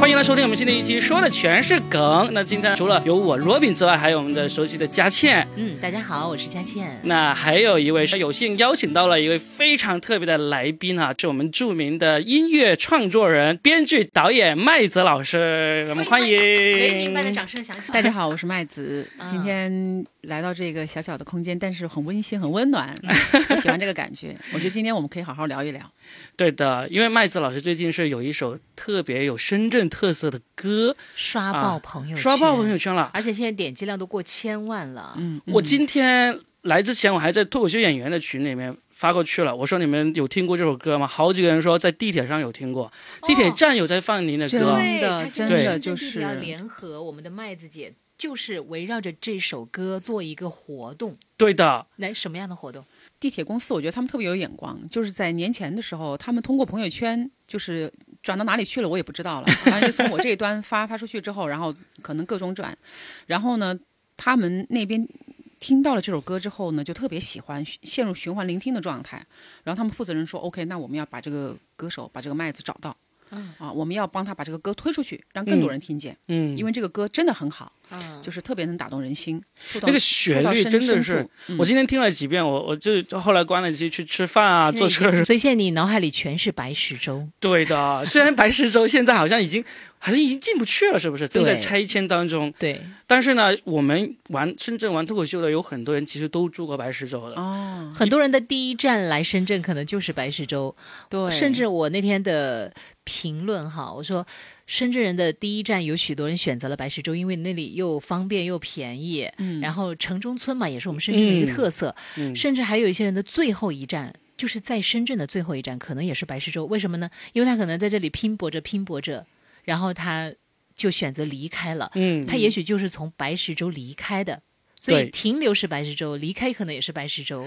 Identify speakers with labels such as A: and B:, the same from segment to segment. A: 欢迎来收听我们新的一期，说的全是梗。那今天除了有我 Robin 之外，还有我们的熟悉的佳倩。
B: 嗯，大家好，我是佳倩。
A: 那还有一位是有幸邀请到了一位非常特别的来宾啊，是我们著名的音乐创作人、编剧、导演麦子老师，我们欢迎。
C: 没哎明白的掌声响 起。
D: 大家好，我是麦子，今天来到这个小小的空间，但是很温馨、很温暖，我喜欢这个感觉。我觉得今天我们可以好好聊一聊。
A: 对的，因为麦子老师最近是有一首特别有深圳特色的歌，
B: 刷爆朋友圈，
A: 刷爆朋友圈了。
B: 而且现在点击量都过千万了。
D: 嗯，
A: 我今天来之前，我还在脱口秀演员的群里面发过去了，我说你们有听过这首歌吗？好几个人说在地铁上有听过，地铁站有在放您的
D: 哦真
A: 歌。
C: 嗯
D: 的，
C: 对
D: 真
A: 对
D: 的就
C: 要
D: 是
C: 联合我们的麦子姐，就是围绕着这首歌做一个活动。
A: 对的，
C: 来，什么样的活动？
D: 地铁公司，我觉得他们特别有眼光。就是在年前的时候，他们通过朋友圈，就是转到哪里去了，我也不知道了。反正就从我这一端发 发出去之后，然后可能各种转，然后呢，他们那边。听到了这首歌之后呢，就特别喜欢，陷入循环聆听的状态。然后他们负责人说：“OK，那我们要把这个歌手，把这个麦子找到，
C: 嗯
D: 啊，我们要帮他把这个歌推出去，让更多人听见。
A: 嗯，
D: 因为这个歌真的很好，
C: 嗯，
D: 就是特别能打动人心，触动
A: 那个旋律真的是，，
D: 触到深深处
A: 我
D: 嗯
A: 今天听了几遍，我我就就后来关了机去吃饭啊，坐车的时 候。
C: 所以现在你脑海里全是白石洲。
A: 对的，虽然白石洲现在好像已经好像已经进不去了，是不是？正在
C: 对
A: 拆迁当中。
C: 对，
A: 但是呢，我们玩深圳玩脱口秀的有很多人其实都住过白石洲的。
D: 哦，
C: 很多人的第一站来深圳可能就是白石洲，
D: 对，
C: 甚至我那天的评论哈，我说深圳人的第一站有许多人选择了白石洲，因为那里又方便又便宜。
D: 嗯，
C: 然后城中村嘛，也是我们深圳的一个
A: 嗯
C: 特色。
A: 嗯，
C: 甚至还有一些人的最后一站，就是在深圳的最后一站，可能也是白石洲。为什么呢？因为他可能在这里拼搏着拼搏着，然后他就选择离开了。
A: 嗯，
C: 他也许就是从白石洲离开的，所
A: 对
C: 以停留是白石洲，离开可能也是白石洲。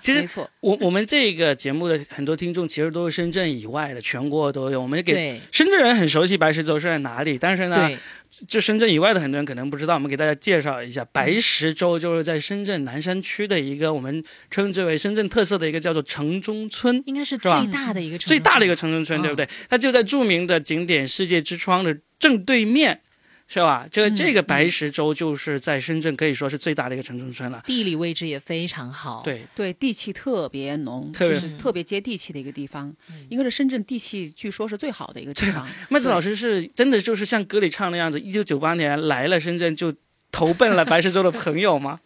A: 其实
D: 没错，
A: 我我们这个节目的很多听众其实都是深圳以外的，全国都有。我们给
C: 对
A: 深圳人很熟悉白石洲是在哪里，但是呢，
C: 对，
A: 就深圳以外的很多人可能不知道，我们给大家介绍一下，
C: 嗯
A: 白石洲就是在深圳南山区的一个我们称之为深圳特色的一个叫做城中村。
C: 应该是
A: 是吧
C: 最大的一个城
A: 最大的一
C: 个
A: 个城中村，
C: 嗯
A: 对不对？它就在著名的景点世界之窗的正对面，是吧？这个、
C: 嗯
A: 这个白石洲就是在深圳可以说是最大的一个城中村了。
C: 地理位置也非常好。，
A: 对，
D: 对地气特别浓，
A: 特别嗯
D: 就是特别接地气的一个地方
C: 嗯，
D: 应该是深圳地气据说是最好的一个地 方。
A: 麦子老师是真的就是像歌里唱的样子，一九九八年来了深圳就投奔了白石洲的朋友吗？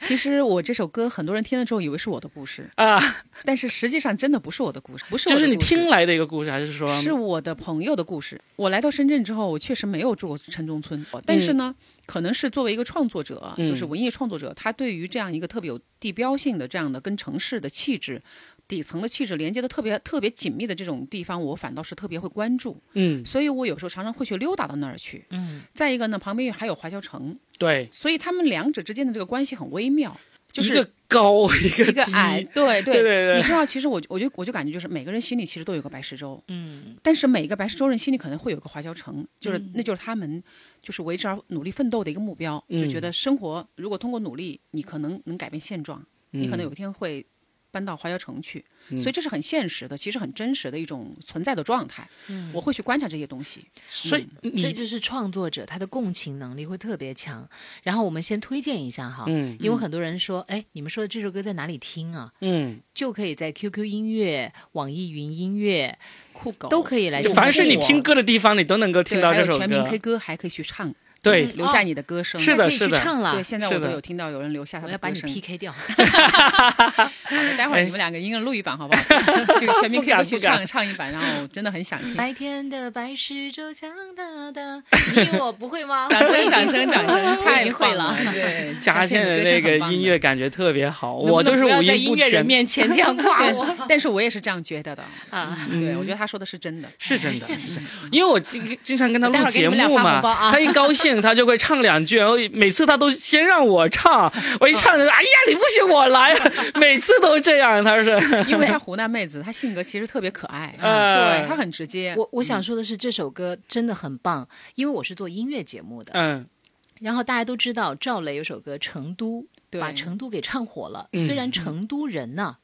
D: 其实我这首歌很多人听了之后以为是我的故事，
A: 啊，
D: 但是实际上真的不是我的故事，不 是我
A: 就
D: 的
A: 是你
D: 故事
A: 听来的一个故事，还是说？
D: 是我的朋友的故事。我来到深圳之后，我确实没有住过城中村，但是呢，可能是作为一个创作者，
A: 嗯
D: 就是文艺创作者，他对于这样一个特别有地标性的这样的跟城市的气质。底层的气质连接的特别特别紧密的这种地方，我反倒是特别会关注，
A: 嗯，
D: 所以我有时候常常会去溜达到那儿去。
C: 嗯，
D: 再一个呢，旁边还有华侨城，
A: 对，
D: 所以他们两者之间的这个关系很微妙，就
A: 一个
D: 是
A: 高一个
D: 一个
A: 低
D: 矮，，对对
A: 对对对
D: 你知道，其实我我就我就感觉就是每个人心里其实都有个白石洲，
C: 嗯，
D: 但是每一个白石洲人心里可能会有一个华侨城，就是、
C: 嗯
D: 那就是他们就是为之而努力奋斗的一个目标，
A: 嗯
D: 就觉得生活如果通过努力，你可能能改变现状，你可能有一天会搬到华侨城去，
A: 嗯
D: 所以这是很现实的，其实很真实的一种存在的状态。
A: 嗯
D: 我会去观察这些东西，
A: 所以
D: 嗯
C: 这
A: 你
C: 就是创作者他的共情能力会特别强。然后我们先推荐一下哈，
A: 嗯
C: 因为很多人说，哎，你们说的这首歌在哪里听啊？
A: 嗯，
C: 就可以在 QQ 音乐、网易云音乐
D: 酷狗
C: 都可以来
A: 就
C: 听。
A: 凡是你
D: 哎我
A: 听歌的地方，你都能够听
D: 对
A: 到
D: 还
A: 这
D: 有
A: 首
D: 全民 K
A: 歌。
D: 歌还可以去唱，
A: 对，
D: 留下你的歌声。
A: 是的
C: 可以去唱了
D: 对，，现在
A: 是
D: 我
A: 的
D: 都有听到有人留下他
C: 我
D: 的
C: 要把
D: 歌
C: 你
D: 声。
C: PK 掉。
D: 待会儿你们两个一人录一版好 不好？去全民 K 歌去
A: 哎不敢不
D: 唱唱一版，然后我真的很想听。
C: 白天的白石洲响当当，你我不会吗？
D: 掌声，掌声，掌声！
C: 我已
D: 太
C: 经会
D: 棒
C: 了。
D: 对，
A: 佳倩的那个音乐感觉特别好，我就是
C: 能
A: 五
C: 不能不要在
A: 音
C: 音
A: 不
C: 乐人
A: 全，
C: 面前这样夸
D: 对
C: 我
D: 但是我嗯也是这样觉 得的。
C: 啊！
D: 对，我觉得他说的是真的。
A: 是真 的，是真的。因为我经经常跟他
C: 待
A: 录
C: 会儿给
A: 节
C: 你们俩
A: 目
C: 发
A: 嘛
C: 红包，啊
A: 他一高兴他就会唱两句，然后每次他都先让我 唱，我一唱就说哎呀你不行我来，啊 每次都这样，他是
D: 因为她湖南妹子，她性格其实特别可爱，啊
A: 嗯
D: 对她很直接。
C: 我我想说的是，这首歌真的很棒，因为我是做音乐节目的。
A: 嗯
C: 然后大家都知道，赵雷有首歌《成都》，
D: 对
C: 把成都给唱火了。
A: 嗯
C: 虽然成都人呢、
A: 嗯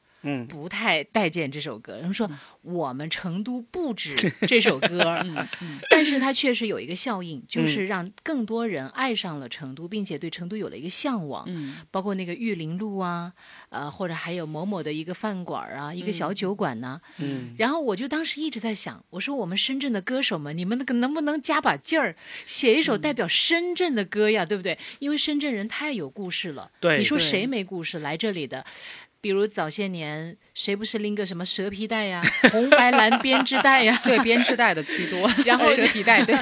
C: 不太待见这首歌。他们说
D: 嗯
C: 我们成都不止这首歌，
D: 嗯嗯
C: 但是它确实有一个效应，就
A: 嗯
C: 是让更多人爱上了成都，并且对成都有了一个向往。
D: 嗯
C: 包括那个玉林路啊，呃，或者还有某某的一个饭馆儿啊，一个小酒馆呐、
A: 嗯，
C: 然后我就当时一直在想，我说我们深圳的歌手们，你们那个能不能加把劲儿，写一
D: 嗯
C: 首代表深圳的歌呀，对不对？因为深圳人太有故事了。
A: 对
C: 你说
D: 对，
C: 谁没故事？来这里的，比如早些年，谁不是拎个什么蛇皮袋呀、红白蓝编织袋呀
D: 对，编织袋的居 多，
C: 然后
D: 蛇皮 袋，对，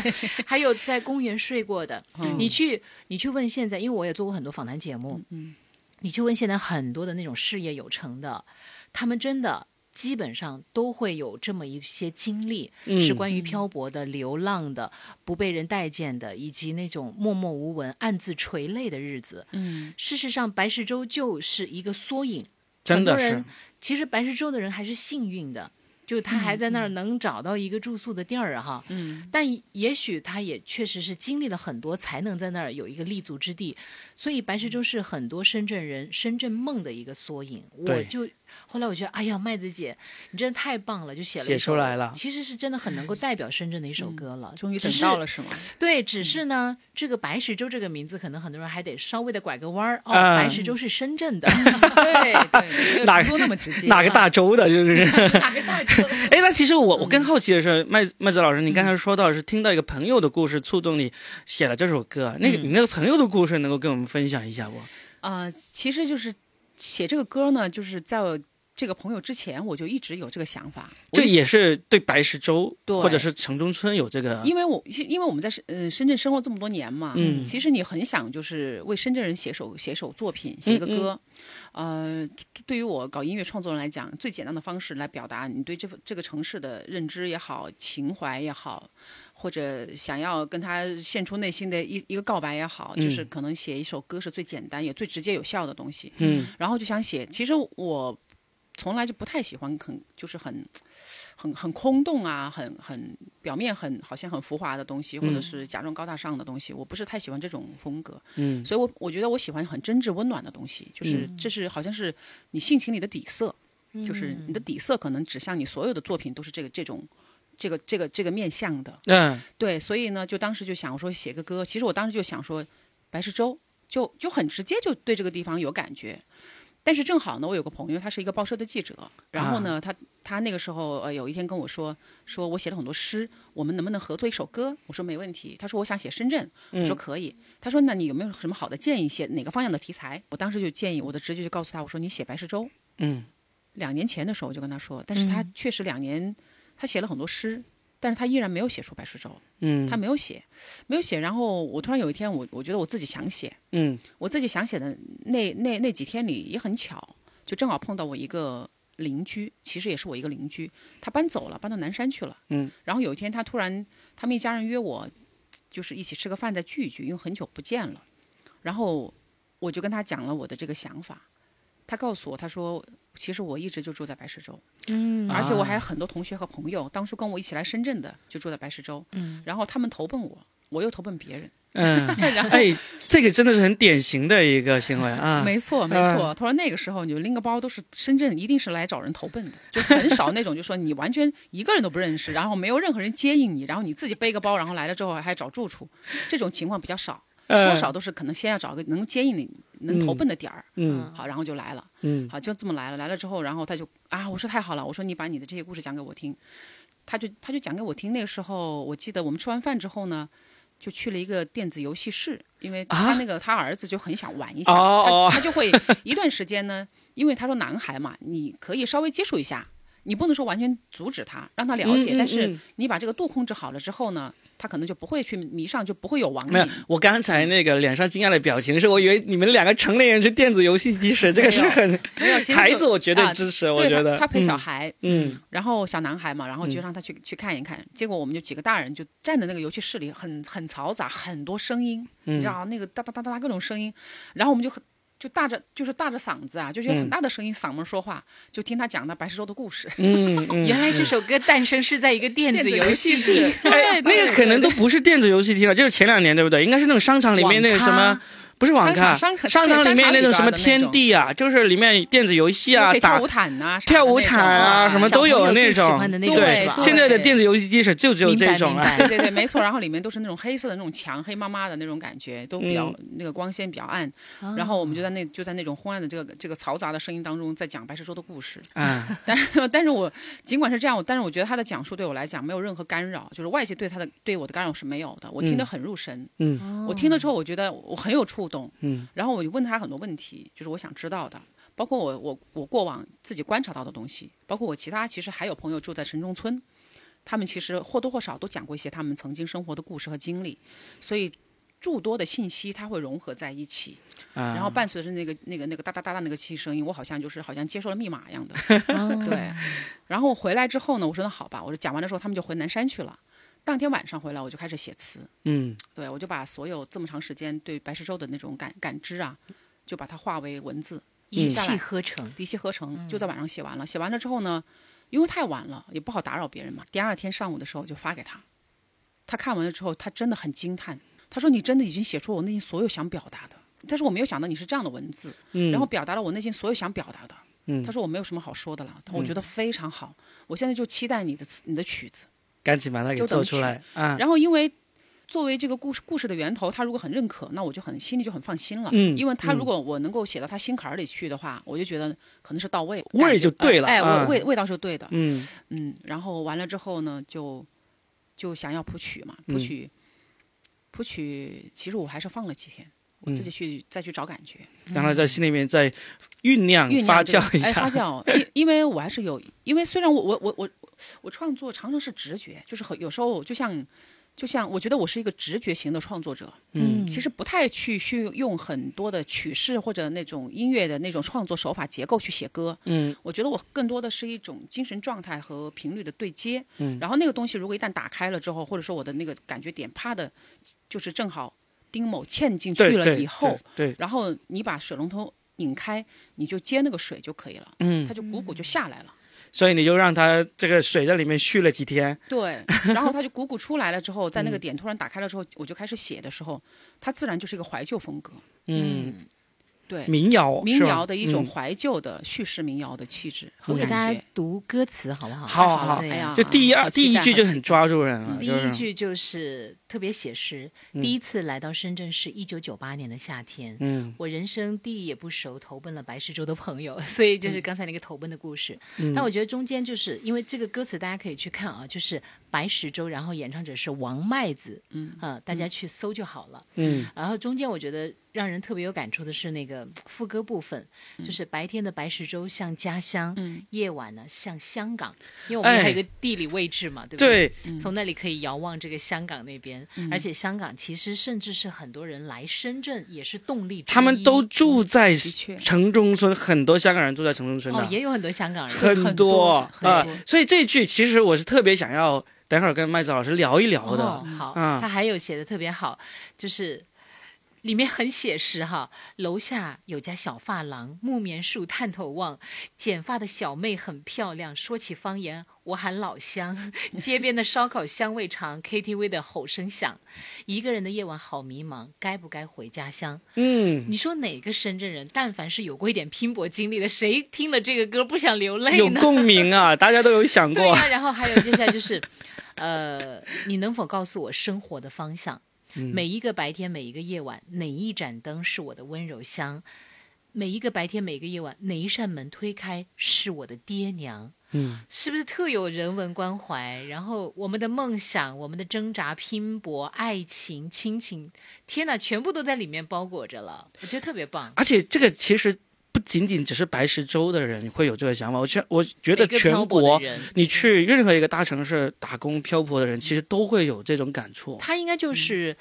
C: 还有在公园睡过的。
D: 嗯
C: 你去，你去问现在，因为我也做过很多访谈节目，
D: 嗯
C: 你去问现在很多的那种事业有成的，他们真的基本上都会有这么一些经历，
A: 嗯
C: 是关于漂泊的、流浪的、不被人待见的，以及那种默默无闻、暗自垂泪的日子。
D: 嗯
C: 事实上，白石洲就是一个缩影。
A: 真的
C: 很多
A: 是
C: 人，其实白石洲的人还是幸运的，就是他
A: 嗯
C: 还在那儿能找到一个住宿的地儿啊哈。
D: 嗯
C: 但也许他也确实是经历了很多，才能在那儿有一个立足之地。所以白石洲是很多深圳人深圳梦的一个缩影。我
A: 对
C: 就后来我觉得，哎呀，麦子姐，你真的太棒了，就写了一
A: 写
C: 首
A: 出来了
C: 其实是真的很能够代表深圳的一首歌了。
D: 终于
C: 只
D: 等
C: 是
D: 到了是吗？
C: 对，只是呢，这个白石洲这个名字，可能很多人还得稍微的拐个弯儿。哦，
A: 啊
C: 白石洲是深圳的，
D: 对对，没有
A: 哪
D: 成都那么直接，啊
A: 哪个大洲 的，就是
C: 哪个大洲？
A: 哎，那其实我
C: 嗯
A: 我更好奇的是，麦麦子老师，你刚才说到是听到一个朋友的故事触动你写了这首歌，那个
C: 嗯
A: 你那个朋友的故事能够跟我们分享一下不？
D: 啊、其实就是写这个歌呢，就是在我这个朋友之前，我就一直有这个想法。
A: 这也是对白石洲
D: 对
A: 或者是城中村有这个
D: 因为我因为我们在深呃深圳生活这么多年嘛，
A: 嗯
D: 其实你很想就是为深圳人写首写首作品，
A: 嗯
D: 写一个歌，呃，对对于我搞音乐创作人来讲，最简单的方式来表达你对这这个城市的认知也好，情怀也好，或者想要跟他献出内心的一一个告白也好，
A: 嗯
D: 就是可能写一首歌是最简单也最直接有效的东西。
A: 嗯
D: 然后就想写。其实我从来就不太喜欢很就是很很很空洞啊，很很表面很好像很浮华的东西，或者
A: 嗯
D: 是假装高大上的东西，我不是太喜欢这种风格。
A: 嗯
D: 所以我我觉得我喜欢很真挚温暖的东西，就是这是好像是你性情里的底色，就是你的底色可能指向你所有的作品都是这个这种。这个这个这个面向的，
A: 嗯
D: 对，所以呢，就当时就想说写个歌，其实我当时就想说，白石洲就就很直接就对这个地方有感觉。但是正好呢，我有个朋友，他是一个报社的记者，然后呢，他他那个时候呃有一天跟我说，说我写了很多诗，我们能不能合作一首歌？我说没问题。他说我想写深圳，我说可以。他说那你有没有什么好的建议，写哪个方向的题材？我当时就建议我的直觉就告诉他，我说你写白石洲。
A: 嗯
D: 两年前的时候我就跟他说，但是他确实两年、他写了很多诗，但是他依然没有写出白石洲。
A: 嗯，
D: 他没有写，没有写。然后我突然有一天我，我觉得我自己想写，
A: 嗯
D: 我自己想写的那那那几天里也很巧，就正好碰到我一个邻居，其实也是我一个邻居，他搬走了，搬到南山去了。
A: 嗯。
D: 然后有一天，他突然他们一家人约我，就是一起吃个饭再聚一聚，因为很久不见了。然后我就跟他讲了我的这个想法，他告诉我，他说其实我一直就住在白石洲。
C: 嗯
D: 而且我
A: 啊
D: 还有很多同学和朋友，当初跟我一起来深圳的就住在白石洲，然后他们投奔我，我又投奔别人，
A: 嗯，哎，这个真的是很典型的一个行为啊，
D: 没错没错。他说那个时候你们拎个包都是深圳，一定是来找人投奔的，就很少那种就说你完全一个人都不认识，然后没有任何人接应你，然后你自己背个包，然后来了之后还找住处，这种情况比较少，多
A: 嗯
D: 少都是可能先要找个能接应你、能投奔的点儿，
A: 嗯
D: 好，然后就来了。
A: 嗯
D: 好，就这么来了。来了之后，然后他就啊，我说太好了，我说你把你的这些故事讲给我听，他就他就讲给我听。那个时候，我记得我们吃完饭之后呢，就去了一个电子游戏室，因为他
A: 啊
D: 那个、他儿子就很想玩一下，
A: 哦哦
D: 他他就会一段时间呢，因为他说男孩嘛，你可以稍微接触一下，你不能说完全阻止他，让他了解，
A: 嗯嗯
D: 但是
A: 嗯
D: 你把这个度控制好了之后呢，他可能就不会去迷上，就不会有网瘾
A: 没有，我刚才那个脸上惊讶的表情，是我以为你们两个成年人去电子游戏机时，这个是很
D: 没有，其实就
A: 孩子，我绝
D: 啊
A: 对支持，我
D: 对
A: 觉得
D: 他他陪小，孩。
A: 嗯
D: 然后小男孩嘛，然后就让他去、去看一看。结果我们就几个大人就站在那个游戏室里，很很嘈杂，很多声音，
A: 嗯
D: 你知道那个哒哒哒哒哒各种声音。然后我们就很就大着就是大着嗓子啊，就是有很大的声音，嗓门说话，就听他讲那白石洲的故事。
A: 嗯嗯，
C: 原来这首歌诞生是在一个电子游戏室，
D: 对，
A: 哎那个可能都不是电子游戏厅了，就是前两年对不对？应该是那种商场里面那个什么。不是网咖，
D: 商场
A: 商
D: 商
A: 场
D: 场
A: 里面那种什么天
D: 地
A: 地啊，就是里面电子游戏啊，
D: 可以
A: 打
D: 跳舞毯呐、啥的
A: 跳舞
D: 那种
A: 毯啊，什么都
C: 小朋
A: 有
C: 友最喜
A: 种
C: 欢的。那种
A: 对
C: 是吧，
A: 现在的
D: 对
A: 电子游戏机是就只有
C: 明白
A: 这种啊
C: 明
A: 了。
C: 白
D: 对对对，没错。然后里面都是那种黑色的那种墙，黑麻麻的那种感觉，都比较、
A: 嗯
D: 那个光线比较暗。然后我们就在那就在那种昏暗的这个这个嘈杂的声音当中，在讲白石洲的故事。
A: 啊，
D: 但是 但是我尽管是这样，我但是我觉得他的讲述对我来讲没有任何干扰，就是外界对他的对我的干扰是没有的。我听得很入神，
A: 嗯
D: 我听了之后我觉得我很有触动。
A: 嗯，
D: 然后我就问他很多问题，就是我想知道的，包括我我我过往自己观察到的东西，包括我其他其实还有朋友住在城中村，他们其实或多或少都讲过一些他们曾经生活的故事和经历，所以诸多的信息它会融合在一起，
A: 啊
D: 然后伴随着那个那个那个哒哒哒哒那个气声音，我好像就是好像接受了密码一样的，
C: 哦
D: 对。 然后回来之后呢，我说那好吧，我说讲完的时候他们就回南山去了，当天晚上回来我就开始写词，
A: 嗯
D: 对，我就把所有这么长时间对白石洲的那种感感知啊，就把它化为文字，
C: 一
D: 下
C: 气
D: 来
C: 呵成，
D: 一气呵成，就在晚上写完了。写完了之后呢，因为太晚了，也不好打扰别人嘛。第二天上午的时候就发给他，他看完了之后，他真的很惊叹，他说：“你真的已经写出我内心所有想表达的。”但是我没有想到你是这样的文字，
A: 嗯，
D: 然后表达了我内心所有想表达的。
A: 嗯
D: 他说我没有什么好说的了，但我觉得非常好，我现在就期待你的词你的曲子。
A: 赶紧把它给
D: 就
A: 做
D: 等
A: 出来啊，
D: 然后因为作为这个故事故事的源头，他如果很认可，那我就很心里就很放心了。
A: 嗯
D: 因为他
A: 嗯
D: 如果我能够写到他心坎儿里去的话，我就觉得可能是到位，
A: 味儿
D: 感觉
A: 就对了
D: 呃哎，
A: 啊
D: 味味味道是对的。
A: 嗯
D: 嗯，然后完了之后呢，就就想要谱曲嘛，
A: 嗯
D: 谱曲，谱曲，其实我还是放了几天。我
A: 嗯
D: 自己去、再去找感觉，
A: 让嗯它在心里面再酝酿
D: 酝酿
A: 发
D: 这个
A: 酵一
D: 哎，发
A: 下，
D: 酵，因因为我还是有，因为虽然我我我我我创作常常是直觉，就是很有时候就像就像我觉得我是一个直觉型的创作者，
A: 嗯
D: 其实不太去去用很多的曲式或者那种音乐的那种创作手法结构去写歌。
A: 嗯
D: 我觉得我更多的是一种精神状态和频率的对接。
A: 嗯
D: 然后那个东西如果一旦打开了之后，或者说我的那个感觉点啪的，就是正好丁某嵌进去
A: 对
D: 了
A: 对
D: 以后，
A: 对，对
D: 然后你把水龙头拧开，你就接那个水就可以了，
A: 嗯
D: 它，就鼓鼓就下来了。
A: 所以你就让它这个水在里面蓄了几天，
D: 对，然后它就鼓鼓出来了之后，在那个点突然打开了之后，我就开始写的时候，它自然就是一个怀旧风格。
A: 嗯，
D: 对，
A: 民谣
D: 民
A: 是吧
D: 谣的一种
A: 嗯
D: 怀旧的叙事民谣的气质和
B: 我给
D: 感
B: 大家
D: 觉。
B: 读歌词好不好？
A: 好
D: 太
A: 好
D: 了哎呀，
A: 就第一二
D: 好
A: 第
D: 期
A: 一
D: 待嗯
A: 句就
D: 好期
A: 很抓住人了，
C: 第
A: 就是
C: 一句就是特别写实。第一次来到深圳是一九九八年的夏天，
A: 嗯
C: 我人生地也不熟，投奔了白石洲的朋友， 所以就是刚才那个投奔的故事。但我觉得中间就是因为这个歌词，大家可以去看啊，就是白石洲，然后演唱者是王麦子，嗯啊、大家去搜就好了。
A: 嗯
C: 然后中间我觉得让人特别有感触的是那个副歌部分，就是白天的白石洲像家乡，
D: 嗯
C: 夜晚呢像香港，因为我们还有一个地理位置嘛，对不哎对？
A: 对
C: 从那里可以遥望这个香港那边，
A: 嗯
C: 而且香港其实甚至是很多人来深圳也是动力之一。
A: 他们都住在
D: 确
A: 城中村，很多香港人住在城中村的，
C: 哦，也有很多香港人。
A: 很多啊、
D: 很多很多
A: 所以这句其实我是特别想要等会儿跟麦子老师聊一聊的。
C: 哦，好，
A: 嗯
C: 他还有写的特别好，就是里面很写实哈。楼下有家小发廊，木棉树探头望，剪发的小妹很漂亮。说起方言，我喊老乡。街边的烧烤香味长，KTV 的吼声响。一个人的夜晚好迷茫，该不该回家乡？
A: 嗯，
C: 你说哪个深圳人，但凡是有过一点拼搏经历的，谁听了这个歌不想流泪呢？
A: 有共鸣 啊，大家都有想
C: 对
A: 过。
C: 呀、然后还有接下来就是， 呃，你能否告诉我生活的方向？
A: 嗯
C: 每一个白天，每一个夜晚，哪一盏灯是我的温柔乡？每一个白天，每一个夜晚，哪一扇门推开是我的爹娘？
A: 嗯，
C: 是不是特有人文关怀？然后我们的梦想、我们的挣扎、拼搏、爱情、亲情，天哪，全部都在里面包裹着了，我觉得特别棒。
A: 而且这个其实不仅仅只是白石洲的人会有这个想法，我全我觉得
C: 每个漂
A: 全
C: 泊
A: 国
C: 的。人，
A: 你去任何一个大城市打工漂泊的人，其实都会有这种感触。
C: 它应该就是
A: 嗯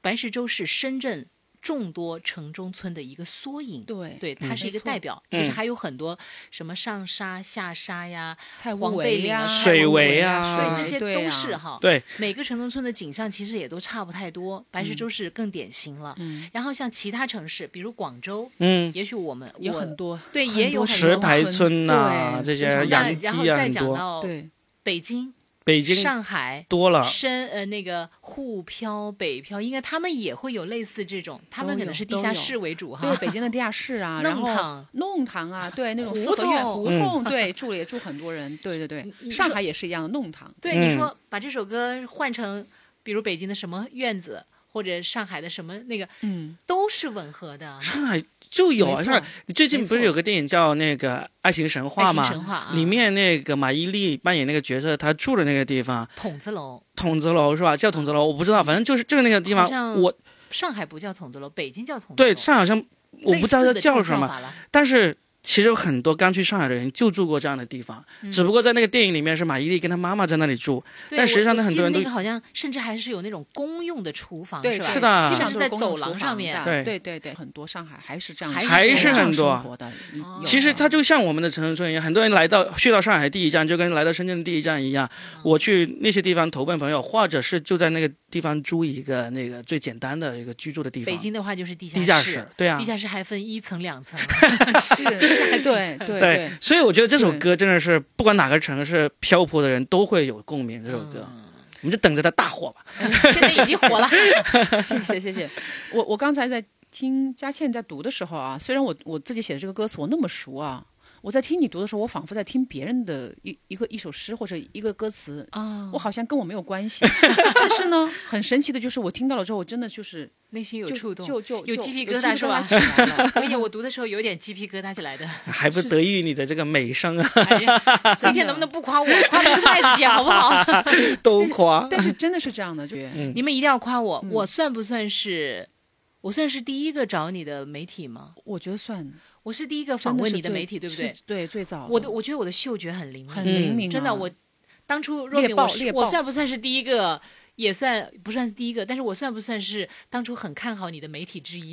C: 白石洲是深圳众多城中村的一个缩影。
D: 对，
C: 对，它是一个
D: 没错
C: 代表。
A: 嗯
C: 其实还有很多什么上沙、下沙呀，
D: 蔡
C: 黄
D: 无
C: 贝
D: 为
C: 林
D: 呀
C: 啊、
A: 水围
D: 呀、
A: 啊
C: 对，
A: 啊
C: 这些
D: 对
C: 都
D: 啊
C: 是。哈。
A: 对，
C: 每个城中村的景象其实也都差不太多，白石洲是更典型了。
D: 嗯，
C: 然后像其他城市，比如广州，
A: 嗯，
C: 也许我们
D: 也
C: 我
D: 很多，
C: 对
D: 很
C: 也有
D: 多
C: 很
A: 石
C: 多
A: 牌村呐、这
D: 对非
A: 些
D: 常
C: 那
A: 洋
C: 然
A: 基
C: 后
A: 啊，
C: 再
A: 很
C: 讲
A: 多。
C: 到
D: 对，
C: 北京，
A: 北京
C: 上海、
A: 多了，
C: 深呃那个沪漂、北漂，应该他们也会有类似这种，他们可能是地
D: 都
C: 下
D: 有
C: 室为主
D: 因 为
C: 哈。
D: 北京的地下室啊，然
C: 弄
D: 后
C: 堂
D: 弄堂啊，对那种
C: 胡
D: 四合院
C: 同
D: 胡同，对住了也住很多人，对对对，上海也是一样的弄堂，
C: 对，
A: 嗯
C: 你说把这首歌换成，比如北京的什么院子，或者上海的什么那个，
D: 嗯，
C: 都是吻合的。
A: 上海就有啊。
D: 没错
A: 上海最近
D: 没
A: 不是
D: 错
A: 有个电影叫那个《爱情神话》
C: 爱情神
A: 嘛？
C: 话啊，
A: 里面那个马伊琍扮演那个角色，她住的那个地方
C: 筒子楼，
A: 筒子楼是吧？叫筒子楼，我不知道，反正就是就是那个地
C: 好像
A: 方。我
C: 上海不叫筒子楼，北京叫筒子楼。
A: 对上海好像我不知道
C: 类
A: 它
C: 似的这
A: 叫
C: 种
A: 什
C: 叫
A: 么，
C: 法了。
A: 但是其实有很多刚去上海的人就住过这样的地方，
C: 嗯
A: 只不过在那个电影里面是马伊琍跟她妈妈在那里住，
C: 对
A: 但
C: 我
A: 实际上呢
C: 我
A: 很
C: 记
A: 多
C: 得
A: 人
C: 那
A: 都
C: 个好像甚至还是有那种公用的厨房，
D: 对，
C: 吧？
A: 是的
D: 基
C: 啊
D: 本上都
C: 就是在
D: 公共
C: 走廊
D: 厨房
C: 上面
D: 的
A: 对
D: 对对对，很多上海还是这样，
C: 还是
D: 这样
A: 很多
D: 生活的。
C: 哦
A: 其实它就像我们的城市村一样，很多人来到去到上海第一站，就跟来到深圳的第一站一样。
C: 嗯
A: 我去那些地方投奔朋友，或者是就在那个地方租一个那个最简单的一个居住的地方。
C: 北京的话就是地下
A: 地下室，对啊
C: 地，下室还分一层两层，
D: 是，对对对
A: 对，所以我觉得这首
D: 对
A: 歌真的是不管哪个城市漂泊的人都会有共鸣。这首歌，
C: 嗯
A: 我们就等着它大火吧。
C: 现在已经 火了。
D: 谢谢谢谢。我我刚才在听佳倩在读的时候啊，虽然我我自己写的这个歌词我那么熟啊，我在听你读的时候，我仿佛在听别人的一一个一首诗或者一个歌词，
C: 啊
D: 我好像跟我没有 关系。但是呢，很神奇的就是我听到了之后，我真的就是
C: 内心有
D: 就
C: 触动，
D: 就就
C: 有
D: 就
C: 鸡皮
D: 有
C: 疙瘩是吧？
D: 起 来了
C: 而哎且我读的时候有点鸡皮疙瘩起来的。
A: 还不得益于你的这个美声 啊，
C: 哎呀，今天能不能不夸我，夸的是麦子姐好不好？
A: 都夸。
D: 但是真的是这样的，就
A: 嗯
C: 你们一定要夸我，我算不算是？我算是第一个找你的媒体吗？
D: 我觉得算
C: 我是第一个
D: 真
C: 访问
D: 是
C: 你的
D: 最
C: 媒体，对不对
D: 是？对，最早
C: 我的我觉得我的嗅觉很灵
D: 很
C: 敏，
D: 灵敏啊，
C: 真的我当初若
D: 猎
C: 敏
D: 豹
C: 我是
D: 猎
C: 我
D: 豹
C: 算不算是第一个？也算不算是第一个，但是我算不算是当初很看好你的媒体之一？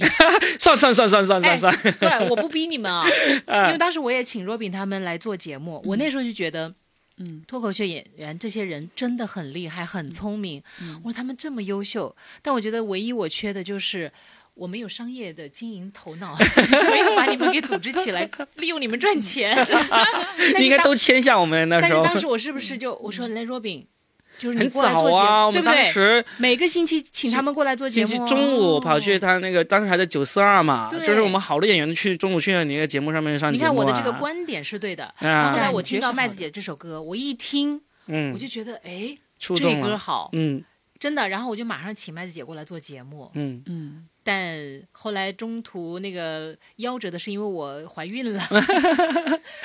A: 算算算算算算算，
C: 对， 我不逼 你们啊，因为当时我也请若饼他们来做节目，我那时候就觉得。
D: 嗯，
C: 脱口秀演员这些人真的很厉害，很聪明。
A: 嗯
C: 我说他们这么优秀，但我觉得唯一我缺的就是我没有商业的经营 头脑，我要把你们给组织起来，利用你们 赚钱。
A: 你应该都签下我们那
C: 但
A: 时
C: 是
A: 候。
C: 当时我是不是就我说来若饼，就是你
A: 嗯很
C: 过来做
A: 早
C: 节目，
A: 啊，我
C: 对
A: 们
C: 不
A: 当
C: 对？
A: 时
C: 每个星期请他们过来做节
A: 星
C: 目
A: 期
C: 啊、
A: 中午跑去他那个，当时还在九四二嘛，
C: 对
A: 就是我们好多演员去中午去了你那个节目上面上
C: 你
A: 节目、啊。
C: 看我的这个观点是对的。然后后
A: 啊，
C: 来我
D: 感觉
C: 听到
D: 是
C: 麦
D: 好
C: 子
D: 的
C: 姐这首歌，我一听
A: 嗯，
C: 我就觉得，哎，
A: 触
C: 这
A: 动
C: 歌
A: 了，
C: 好，
A: 嗯
C: 真的。然后我就马上请麦子姐过来做节目，
A: 嗯，
D: 嗯，
C: 但后来中途那个夭折的是因为我怀孕了，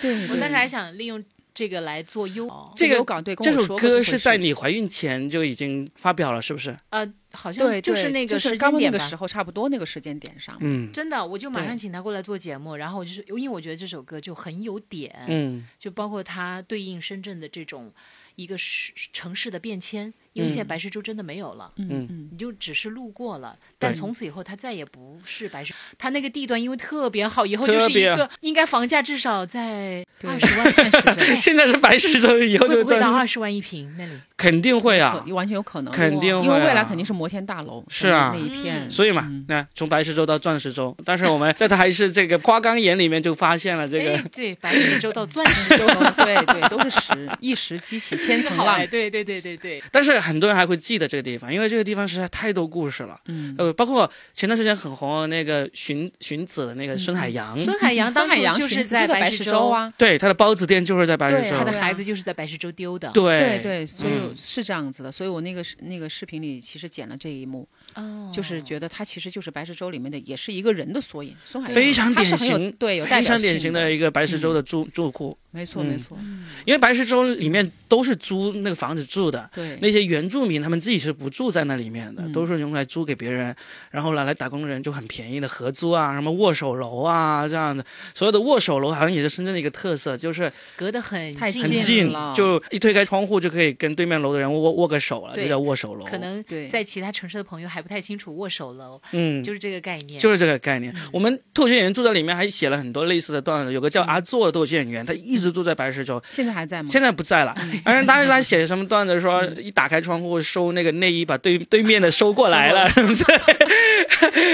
D: 对，
C: 我当时
D: 对
C: 还想利用这个来做优，
A: 这个
D: 有港对跟
A: 这
D: 我
A: 首
D: 说过
A: 歌
D: 回
A: 是
D: 事
A: 在你怀孕前就已经发表了，是不是？
C: 呃，好像
D: 对，
C: 就是
D: 对
C: 那个时间
D: 刚刚那
C: 点
D: 个
C: 吧
D: 时。候差不多那个时间点上，
A: 嗯
C: 真的，我就马上
D: 对
C: 请她过来做节目，然后我就是因为我觉得这首歌就很有点，
A: 嗯
C: 就包括它对应深圳的这种一个市城市的变迁，因为现在
A: 嗯
C: 白石洲真的没有了。
A: 嗯
D: 嗯
C: 你就只是路过了，但
A: 对
C: 从此以后它再也不是白石。它那个地段因为特别好，以后
A: 特
C: 就是一
A: 别
C: 个应该房价至少在
D: 对
C: 二十万算是这样
A: 现在是白石洲，以后
C: 会
A: 就
C: 不会到
A: 赚，
C: 二十万一平那里？
A: 肯定会啊
D: 可，完全有可能，
A: 肯定会、
D: 因
A: 啊，
D: 为未来肯定是摩天大楼，
A: 是啊
D: 那一片，
C: 嗯
A: 所以嘛，那、从白石洲到钻石洲，但是我们在它还是这个花岗岩里面就发现了这
C: 哎
A: 个，
C: 对，白石洲到钻石洲，
D: 对 对，都是石，一石激起千层
C: 好
D: 浪
C: 哎，。对对对对对，
A: 但是很多人还会记得这个地方，因为这个地方实在太多故事了。
D: 嗯，
A: 呃，包括前段时间很红的那个荀荀子的那个孙海洋，
C: 孙海洋当
D: 嗯孙海
C: 初
D: 洋
C: 就是
D: 寻思白
C: 白
D: 石
C: 洲
D: 洲，啊，
A: 对，他的包子店就是在白石
D: 对
A: 洲，
C: 他的
D: 对啊
C: 孩子就是在白石洲丢的。
A: 对
D: 对对，所以
A: 嗯
D: 是这样子的。所以我那个视那个视频里其实剪了这一幕，
C: 哦
D: 就是觉得他其实就是白石洲里面的，也是一个人的缩影。孙海洋
A: 非常
D: 他
A: 典
D: 是很有
A: 型，
D: 对，有代
A: 非
D: 表
A: 常
D: 性嗯
A: 典型的，一个白石洲的住住户，
D: 没错
A: 嗯
D: 没错，
A: 因为白石洲里面都是租那个房子住的。
D: 对
A: 那些原住民他们自己是不住在那里面的，
D: 嗯
A: 都是用来租给别人，然后拿来打工的人就很便宜的合租啊，什么握手楼啊这样的，所有的握手楼好像也是深圳的一个特色，就是
C: 隔得很
D: 太
C: 近，
A: 很
D: 近
A: 近
D: 了，
A: 就一推开窗户就可以跟对面楼的人握握个手了，
C: 对
A: 就叫握手楼。
C: 可能
D: 对
C: 在其他城市的朋友还不太清楚握手楼，
A: 嗯，
C: 就是这个嗯概念。
A: 就是这个概念。我们脱口秀演员住在里面还写了很多类似的段子，有个
C: 嗯
A: 叫阿座的脱口秀演员，他一直住在白石洲，
D: 现在还在吗？
A: 现在不在了。
D: 嗯
A: 而且当时他写什么 段子说，一打开窗户收那个内衣，把对对面的收过来了， 然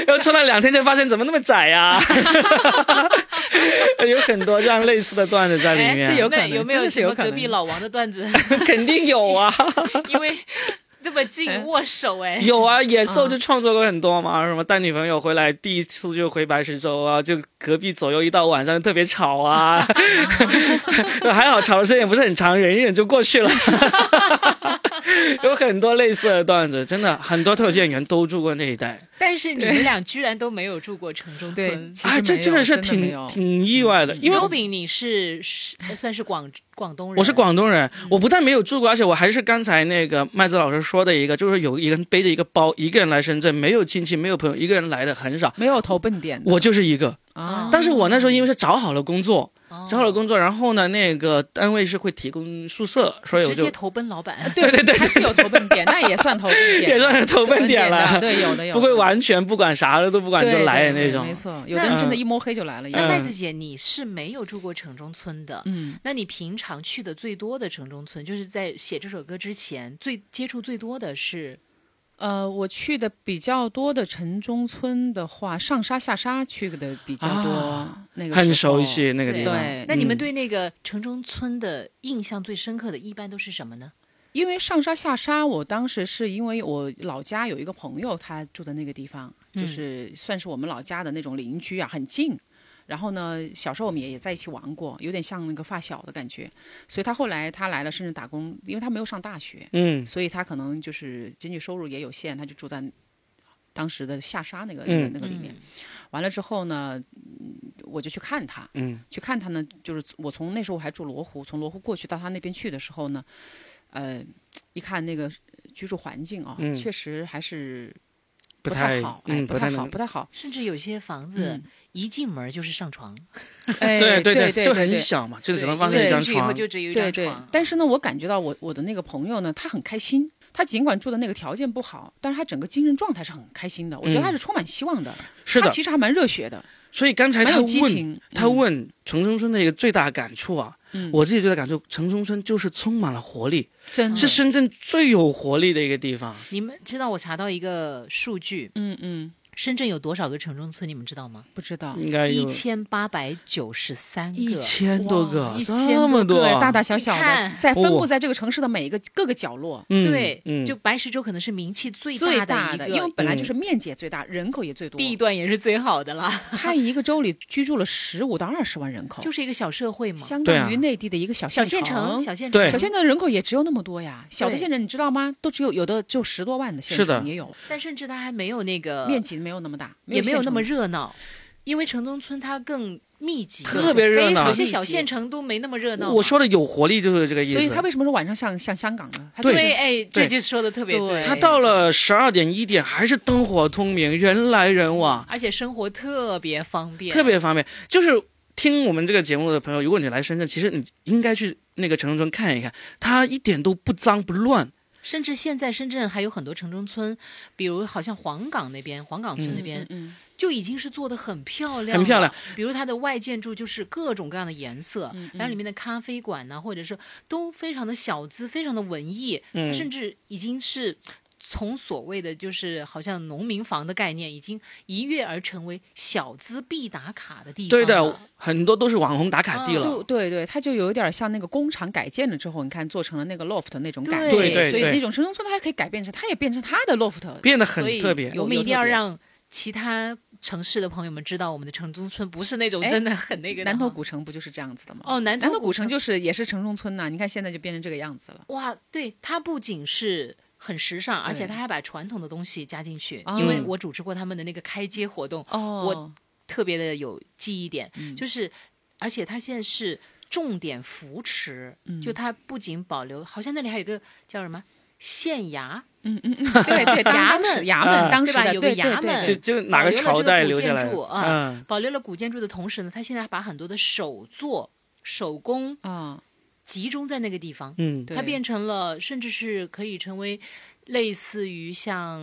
A: 后穿了两天就发现怎么那么窄呀、 有很多这样类似的段子在里面，
D: 哎
A: 啊
D: 这有可
C: 那
D: 能
C: 有没
D: 真
C: 有
D: 的是
C: 什
D: 有
C: 么
D: 可
C: 隔
D: 能
C: 壁老王的段子？
A: 肯定有啊，
C: 因为这么
D: 嗯
C: 近握手，哎，
A: 有啊，野兽就创作过很多嘛，什么带女朋友回来第一次就回白石洲啊，就隔壁左右一到晚上特别吵 啊，还好吵的时间也不是很长，忍一忍就过去 了。有很多类似的段子，真的很多特技演员都住过那一带，
C: 但是你们俩居然都没有住过城中
D: 对
C: 村。
D: 其实
A: 哎，这
D: 没
A: 真的
D: 有
A: 是
D: 真的没
A: 挺
D: 有嗯
A: 挺意外的，因为
C: 刘炳，你是是呃算是广广东人，
A: 我是广东人，
D: 嗯
A: 我不但没有住过，而且我还是刚才那个麦子老师说的一个，就是有一个人背着一个包，一个人来深圳，没有亲戚，没有朋友，一个人来的很少，
D: 没有投奔点的
A: 我就是一个。
D: 啊，
A: 但是我那时候因为是找好了工作，
C: 哦，
A: 找好了工作，然后呢，那个单位是会提供宿舍，所以我
C: 直接
A: 就呃
C: 投奔老板。
D: 对对对，还是有投奔点，但也算投奔点，
A: 也算是投
D: 投奔
A: 奔点
D: 的
A: 了，
D: 对，有的 有的，
A: 不会完全不管啥的都不管
D: 对
A: 就
D: 对
A: 来的
D: 对
A: 那种嗯
D: 没。错，有的人真的一摸黑就来了，有
C: 那
D: 的
C: 麦子姐，你是没有住过城中村的，
D: 嗯，
C: 那你平常去的最多的城中村，就是在写这首歌之前最接触最多的是
D: 呃，我去的比较多的城中村的话，上沙下沙去的比较多，
A: 啊
D: 那个
A: 很
D: 时候
A: 熟。悉那个地方，
D: 对
C: 那你们
A: 嗯
C: 对那个城中村的印象最深刻的，一般都是什么呢？
D: 因为上沙下沙，我当时是因为我老家有一个朋友，他住的那个地方，
C: 嗯
D: 就是算是我们老家的那种邻居啊，很近。然后呢，小时候我们也也在一起玩过，有点像那个发小的感觉。所以他后来他来了深圳打工，因为他没有上大学，
A: 嗯
D: 所以他可能就是经济收入也有限，他就住在当时的下沙那个那个
A: 嗯
D: 那个里面。完了之后呢，嗯我就去看他，
A: 嗯
D: 去看他呢，就是我从那时候我还住罗湖，从罗湖过去到他那边去的时候呢，呃，一看那个居住环境啊，
A: 嗯
D: 确实还是
A: 不
D: 太
A: 太
D: 好，哎，
A: 嗯
D: 不太好，
A: 能，
D: 不太好。
C: 甚至有些房子
D: 嗯，
C: 一进门就是上床，
D: 哎，
A: 对
D: 对
A: 对，
D: 对，
A: 就
D: 对
A: 很
D: 对
A: 小嘛，就只能
C: 对
A: 放
C: 因
A: 在
C: 为
A: 一
C: 进
A: 张
C: 去以后
A: 床。
C: 就只有一
D: 对
C: 张
D: 对
C: 床，，啊
D: 但是呢，我感觉到我我的那个朋友呢，他很开心。他尽管住的那个条件不好，但是他整个精神状态是很开心的。我觉得
A: 嗯
D: 他是充满希望的，
A: 是
D: 他
A: 的，
D: 其实还蛮热血的，
A: 所以刚才
D: 蛮
A: 他
D: 有激
A: 问
D: 情。
A: 他
D: 嗯，
A: 问城中村的一个最大感触啊，
D: 嗯
A: 我自己最大感触，城中村就是充满了活力，
D: 真
A: 是
D: 的，
A: 深圳最有活力的一个地方。
C: 你们知道我查到一个数据，
D: 嗯嗯，
C: 深圳有多少个城中村？你们知道吗？
D: 不知道，
A: 应该
C: 一
A: 有
C: 千八百九十三
A: 一
C: 个。
A: 千多个，
D: 一
A: 这
D: 千
A: 么
D: 多
A: 多啊
D: 个，大大小小
C: 你
D: 的
C: 看，
D: 在分
A: 哦
D: 布在这个城市的每一个各个角落。
A: 嗯
C: 对，
A: 嗯，
C: 就白石洲可能是名气最
D: 最
C: 大
D: 大
C: 一个，
D: 的，因为本来就是面积也最大，人口也最多。
C: 地段也是最好的啦，
D: 它一个州里居住了十五到二十万人 口，
C: 就是一个小社会嘛，
D: 相
A: 对
D: 当于
A: 啊
D: 内地的一个小
C: 小县
D: 县
C: 城，小县
A: 对
D: 小县城的人口也只有那么多呀，小的
C: 哎对
D: 县城你知道吗？都只有有的只有十多万的县
A: 是的
D: 城也有，
C: 但甚至它还没有那个
D: 面积没有那么大，
C: 也呃没有那么
D: 县
C: 热闹，因为城中村它更密集，
A: 特别热
C: 非常
A: 闹
C: 有。些小县城都没那么热闹嘛。
A: 我说的有活力就是这个意
D: 城。
A: 思。
D: 所以他为什么说晚上像像香港呢？它
A: 对
D: 就是
C: 对，哎，这
A: 对
C: 就说的特别
D: 对
A: 他到了十二点一点还是灯火通明，人来人往，
C: 而且生活特别方便，
A: 特别方便。就是听我们这个节目的朋友，如果你来深圳，其实你应该去那个城中村看一看，它一点都不脏不乱。
C: 甚至现在深圳还有很多城中村，比如好像黄岗那边，黄岗村那边、
D: 嗯，
C: 就已经是做的很漂亮，
A: 很漂亮。
C: 比如它的外建筑就是各种各样的颜色，
D: 嗯
C: 然后里面的咖啡馆呐、或者是都非常的小资，非常的文艺，
A: 嗯
C: 甚至已经是。从所谓的就是好像农民房的概念，已经一跃而成为小资必打卡的地方
A: 对
C: 了。
A: 的，很多都是网红打卡地
C: 嗯
A: 了。
D: 啊对对对，它就有点像那个工厂改建了之后，你看做成了那个 loft 那种感觉，
C: 对对
A: 对
D: 所以
A: 对
D: 那种城中村它还可以改变成，它也变成它的 loft，
A: 变得很
C: 所以
A: 特别，
C: 我们一定要
D: 有特别
C: 让其他城市的朋友们知道，我们的城中村不是那种
D: 哎
C: 真的很那个的
D: 南头
C: 哈
D: 古城不就是这样子的吗？
C: 哦，南
D: 南
C: 头
D: 头古城
C: 就
D: 就是也是城中村呐、你看现在就变成这个样子了。
C: 哇，对，它不仅是。很时尚，而且
D: 对
C: 它还把传统的东西加进去。
D: 哦
C: 因为我主持过他们的那个开街活动，
D: 哦
C: 我特别的有记忆点，
D: 嗯
C: 就是，而且它现在是重点扶持，
D: 嗯
C: 就它不仅保留，好像那里还有一个叫什么县衙，
D: 嗯嗯嗯，对对，当
C: 衙
D: 当时
C: 门
D: 衙门当时
C: 对吧
D: 的
C: 有个
D: 对对
C: 衙
D: 对
C: 门
A: 就
D: 对
A: 就哪
D: 啊
A: 个朝代留下来
C: 保留了这个古建筑
A: 的？
C: 啊
A: 嗯，
C: 保留了古建筑的同时呢，它现在还把很多的手作、手工
D: 啊，
C: 集中在那个地方，
A: 嗯，
D: 对
C: 它变成了，甚至是可以成为类似于像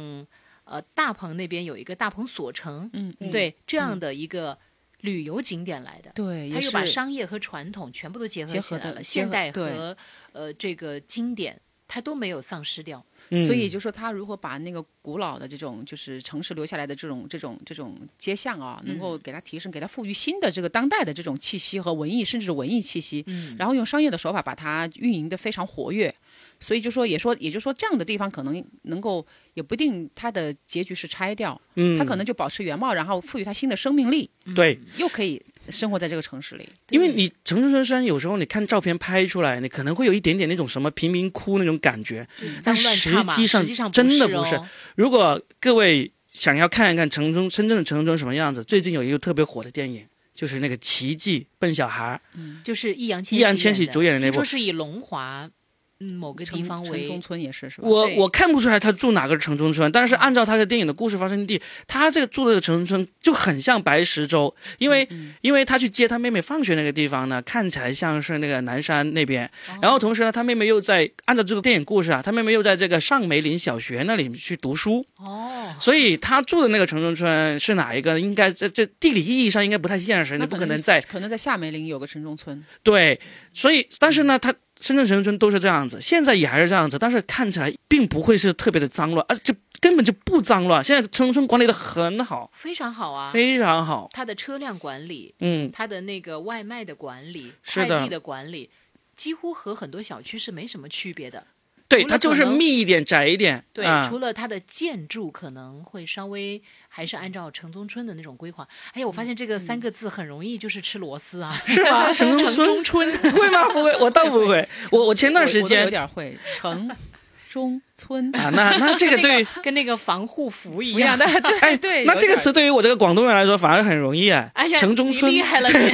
C: 呃大鹏那边有一个大鹏所城，
D: 嗯嗯
C: 对这样的一个旅游景点来的。
D: 对，
C: 它
D: 也
C: 又
D: 是
C: 把商业和传统全部都结合
D: 结
C: 起
D: 合
C: 来
D: 的
C: 了，
D: 结
C: 现
D: 合
C: 代
D: 对
C: 和呃这个经典他都没有丧失掉。
A: 嗯
D: 所以就说他如何把那个古老的这种就是城市留下来的这
A: 嗯
D: 种这种这种街巷啊，
C: 嗯
D: 能够给它提升，给它赋予新的这个当代的这种气息和文艺，甚至是文艺气息，
C: 嗯，
D: 然后用商业的手法把它运营的非常活跃。所以就说也说也就说这样的地方可能能够也不一定它的结局是拆掉，
A: 嗯，
D: 它可能就保持原貌，然后赋予它新的生命力，
C: 嗯
A: 对，
D: 又可以生活在这个城市里。
A: 因为你城市深山有时候你看照片拍出来，你可能会有一点点那种什么贫民窟那种感觉。但
C: 嗯脏乱
A: 实
C: 差嘛
A: 际上
C: 实际上
A: 真的
C: 不
A: 不是
C: 哦
A: 如果各位想要看一看城中深圳的城中什么样子，最近有一个特别火的电影，就是那个《奇迹笨小孩》，
C: 就是易烊
A: 易烊千
C: 千
A: 玺
C: 的
A: 主演的那
C: 听
A: 部
C: 说是以龙华嗯某个地
D: 城
C: 方
D: 城中
C: 为
D: 村也是是吧？
A: 我
D: 对
A: 我看不出来他住哪个城中村，但是按照他的电影的故事发生地，他这个住的这个城中村就很像白石洲，因为、
D: 嗯
A: 因为他去接他妹妹放学那个地方呢，看起来像是那个南山那边，
D: 哦
A: 然后同时呢，他妹妹又在按照这个电影故事啊，他妹妹又在这个上梅林小学那里去读书，
C: 哦，
A: 所以他住的那个城中村是哪一个？应该这这地理意义上应该不太现实，你
D: 那
A: 不
D: 可
A: 可能
D: 是
A: 在
D: 可能在夏梅林有个城中村，
A: 对，所以但是呢，它深圳城中村都是这样子，现在也还是这样子，但是看起来并不会是特别的脏乱，而且根本就不脏乱。现在城中村管理的很好，
C: 非常好啊，
A: 非常好。
C: 他的车辆管理，
A: 嗯，
C: 他的那个外卖的管理、
A: 是
C: 快
A: 的
C: 递的管理，几乎和很多小区是没什么区别的。
A: 对，
C: 除了
A: 它就
C: 可
A: 是
C: 能
A: 密一点、窄一点。
C: 对，
A: 啊
C: 除了 它的建筑可能会稍微还是按照城中村的那种规划。哎呀，我发现这个三个字很容易就是吃螺丝啊，
A: 是 吗？城中
C: 城
A: 村
C: 中 村
A: 会吗？不会，我倒不会。我我前段
D: 我
A: 时
D: 我都有
A: 间。
D: 点会城中 村。
A: 啊，那那这个 对于，
C: 跟那个防护服一
D: 不要
C: 样
D: 的，
C: 的。
A: 哎，
D: 对对，
A: 那
D: 有
A: 这个
D: 点
A: 词对于我这个广东人来说反而很容易哎。
C: 哎呀，
A: 城中村
C: 你厉害了 你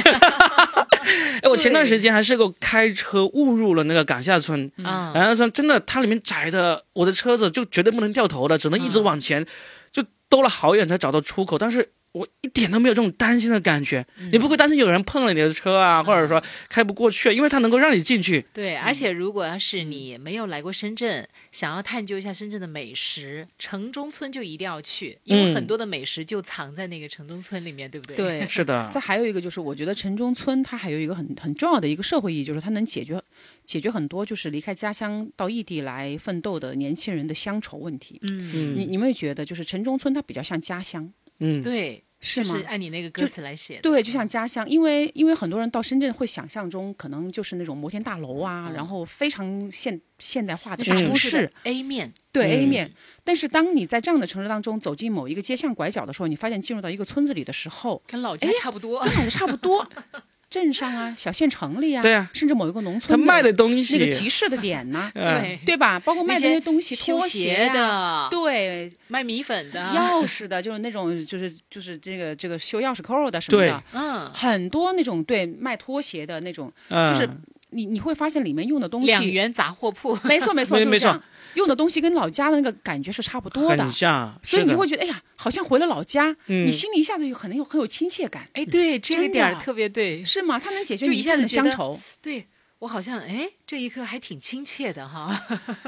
A: 哎，我前段时间还试过开车误入了那个港下村，
D: 嗯
C: 啊！
A: 然后说真的，它里面窄的，我的车子就绝对不能掉
D: 嗯
A: 头的，只能一直往前，就兜了好远才找到出口。但是我一点都没有这种担心的感觉，
D: 嗯
A: 你不会担心有人碰了你的车啊，或者说开不过去，因为它能够让你进去。
C: 对，
D: 嗯
C: 而且如果要是你没有来过深圳，想要探究一下深圳的美食，城中村就一定要去，因为
A: 嗯
C: 很多的美食就藏在那个城中村里面，对不对？，
D: 对。
A: 是的
D: 再，还有一个就是，我觉得城中村它还有一个很很重要的一个社会意义，就是它能解决解决很多就是离开家乡到异地来奋斗的年轻人的乡愁问题。
C: 嗯，
D: 你
A: 嗯
D: 你们也觉得就是城中村它比较像家乡，
A: 嗯，
C: 对，
D: 是
C: 就
D: 吗
C: 是？按你那个歌
D: 就
C: 词来写的。
D: 对，就像家乡，因为因为很多人到深圳会想象中可能就是那种摩天大楼啊，
C: 嗯
D: 然后非常现现代化的
C: 那
D: 大
C: 是
D: 都
C: 城市
D: 市
C: 的，A 面，
D: 对 A
A: 嗯
D: 面。但是当你在这样的城市当中走进某一个街巷拐角的时候，你发现进入到一个村子里的时候，
C: 跟老家
D: 哎呀
C: 差不多。
D: 跟我们差不多， 镇上啊、小县城里啊，
A: 哦对啊
D: 甚至某一个农
A: 他
D: 村
A: 卖的东
D: 那个
A: 西，
D: 集市的点呐、
A: 嗯
C: 对
D: 对吧？包括卖的
C: 那
D: 那
C: 些
D: 些东西，
C: 修
D: 拖
C: 鞋
D: 鞋啊。
C: 的，
D: 对，
C: 卖米粉的，
A: 啊
D: 钥匙的，就是那种，就是就是这个这个修钥匙扣的什么
A: 对
D: 的，
C: 嗯，
D: 很多那种对卖拖鞋的那种，
A: 嗯，
D: 就是你你会发现里面用的东
C: 两
D: 西，
C: 元杂货铺，
D: 没错没错
A: 没
D: 就是
A: 没
D: 这样用的东西跟老家的那个感觉是差不多的
A: 很，像，
D: 所以
A: 是
D: 你
A: 的
D: 就会觉得哎呀，好像回了老家，
A: 嗯
D: 你心里一下子就可能有很有亲切感，
C: 哎，对，这个
D: 真的啊
C: 点儿特别对，
D: 是吗？它能解决
C: 就
D: 你
C: 一
D: 一
C: 下
D: 下
C: 子
D: 的
C: 觉
D: 乡
C: 得
D: 愁。
C: 对我好像哎，这一刻还挺亲切的哈，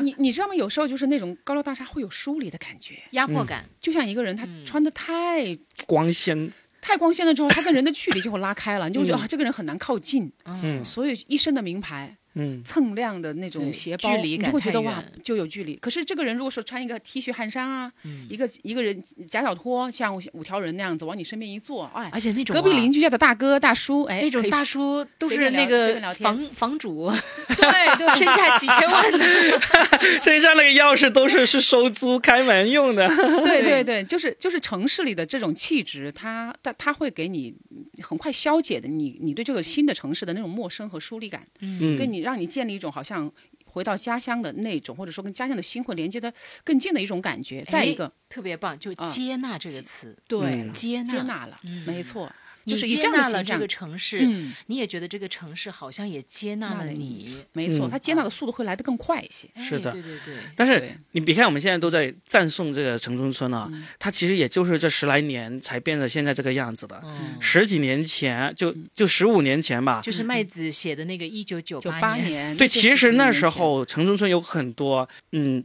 D: 你你知道吗？有时候就是那种高楼大厦会有疏离的感觉，
C: 压迫感，
D: 就像一个人他
C: 嗯
D: 穿的太、
A: 光鲜，
D: 太光鲜了之后，他跟人的距离就会拉 开了，你就
C: 嗯
D: 会觉得、啊，这个人很难靠近。
A: 嗯
D: 所以一身的名牌、
A: 嗯，
D: 锃亮的那
C: 对
D: 种鞋包，
C: 距离
D: 你
C: 感
D: 就会觉得
C: 太
D: 哇
C: 远，
D: 就有距离。可是这个人如果说穿一个 T 恤汗衫啊，
C: 嗯
D: 一个一个人夹脚拖，像五条人那样子往你身边一坐，哎，
C: 而且那种
D: 隔壁邻
C: 居
D: 居家的大哥大叔，哎，
C: 那种
D: 可以
C: 大叔都
D: 随
C: 是
D: 便
C: 那
D: 聊随便
C: 个
D: 聊天
C: 房房 主，
D: 对对，
C: 身价几千万的，
A: 嗯 身上那个钥匙都是是收租开门用的，
D: 对对对，就是就是城市里的这种气质，它它它会给你很快消解的你你对这个新的城市的那种陌生和疏离感，
A: 嗯，
D: 跟你让你建立一种好像回到家乡的那种，或者说跟家乡的心会连接的更近的一种感觉。再
A: 哎
D: 一个，
C: 特别棒，就
D: 啊
C: 接纳这个词，
D: 对
A: 嗯
D: 了
C: 嗯接纳嗯
D: 接纳了，没错，就是
C: 你
D: 以
C: 接
D: 这样的
C: 纳了
D: 形
C: 这
D: 象
C: 个。城市，
D: 嗯，
C: 你也觉得这个城市好像也接纳
D: 纳
C: 了
D: 了你
C: 你，
D: 没错，
A: 嗯
D: 它接纳的速度会来得更快一些。
C: 哎
A: 是的
C: 对对对，
A: 但是
D: 对
A: 你别看我们现在都在赞颂这个城中村啊，
C: 嗯
A: 它其实也就是这十来年才变得现在这个样子的。
C: 嗯，
A: 十几年前，就就十五年前吧。
C: 就是麦子写的那个一九九
D: 九八
C: 年。
D: 年，
A: 对，
D: 这
A: 其
D: 是
A: 实
D: 10
A: 那
D: 年
A: 时
D: 前
A: 候城中村有很多，嗯，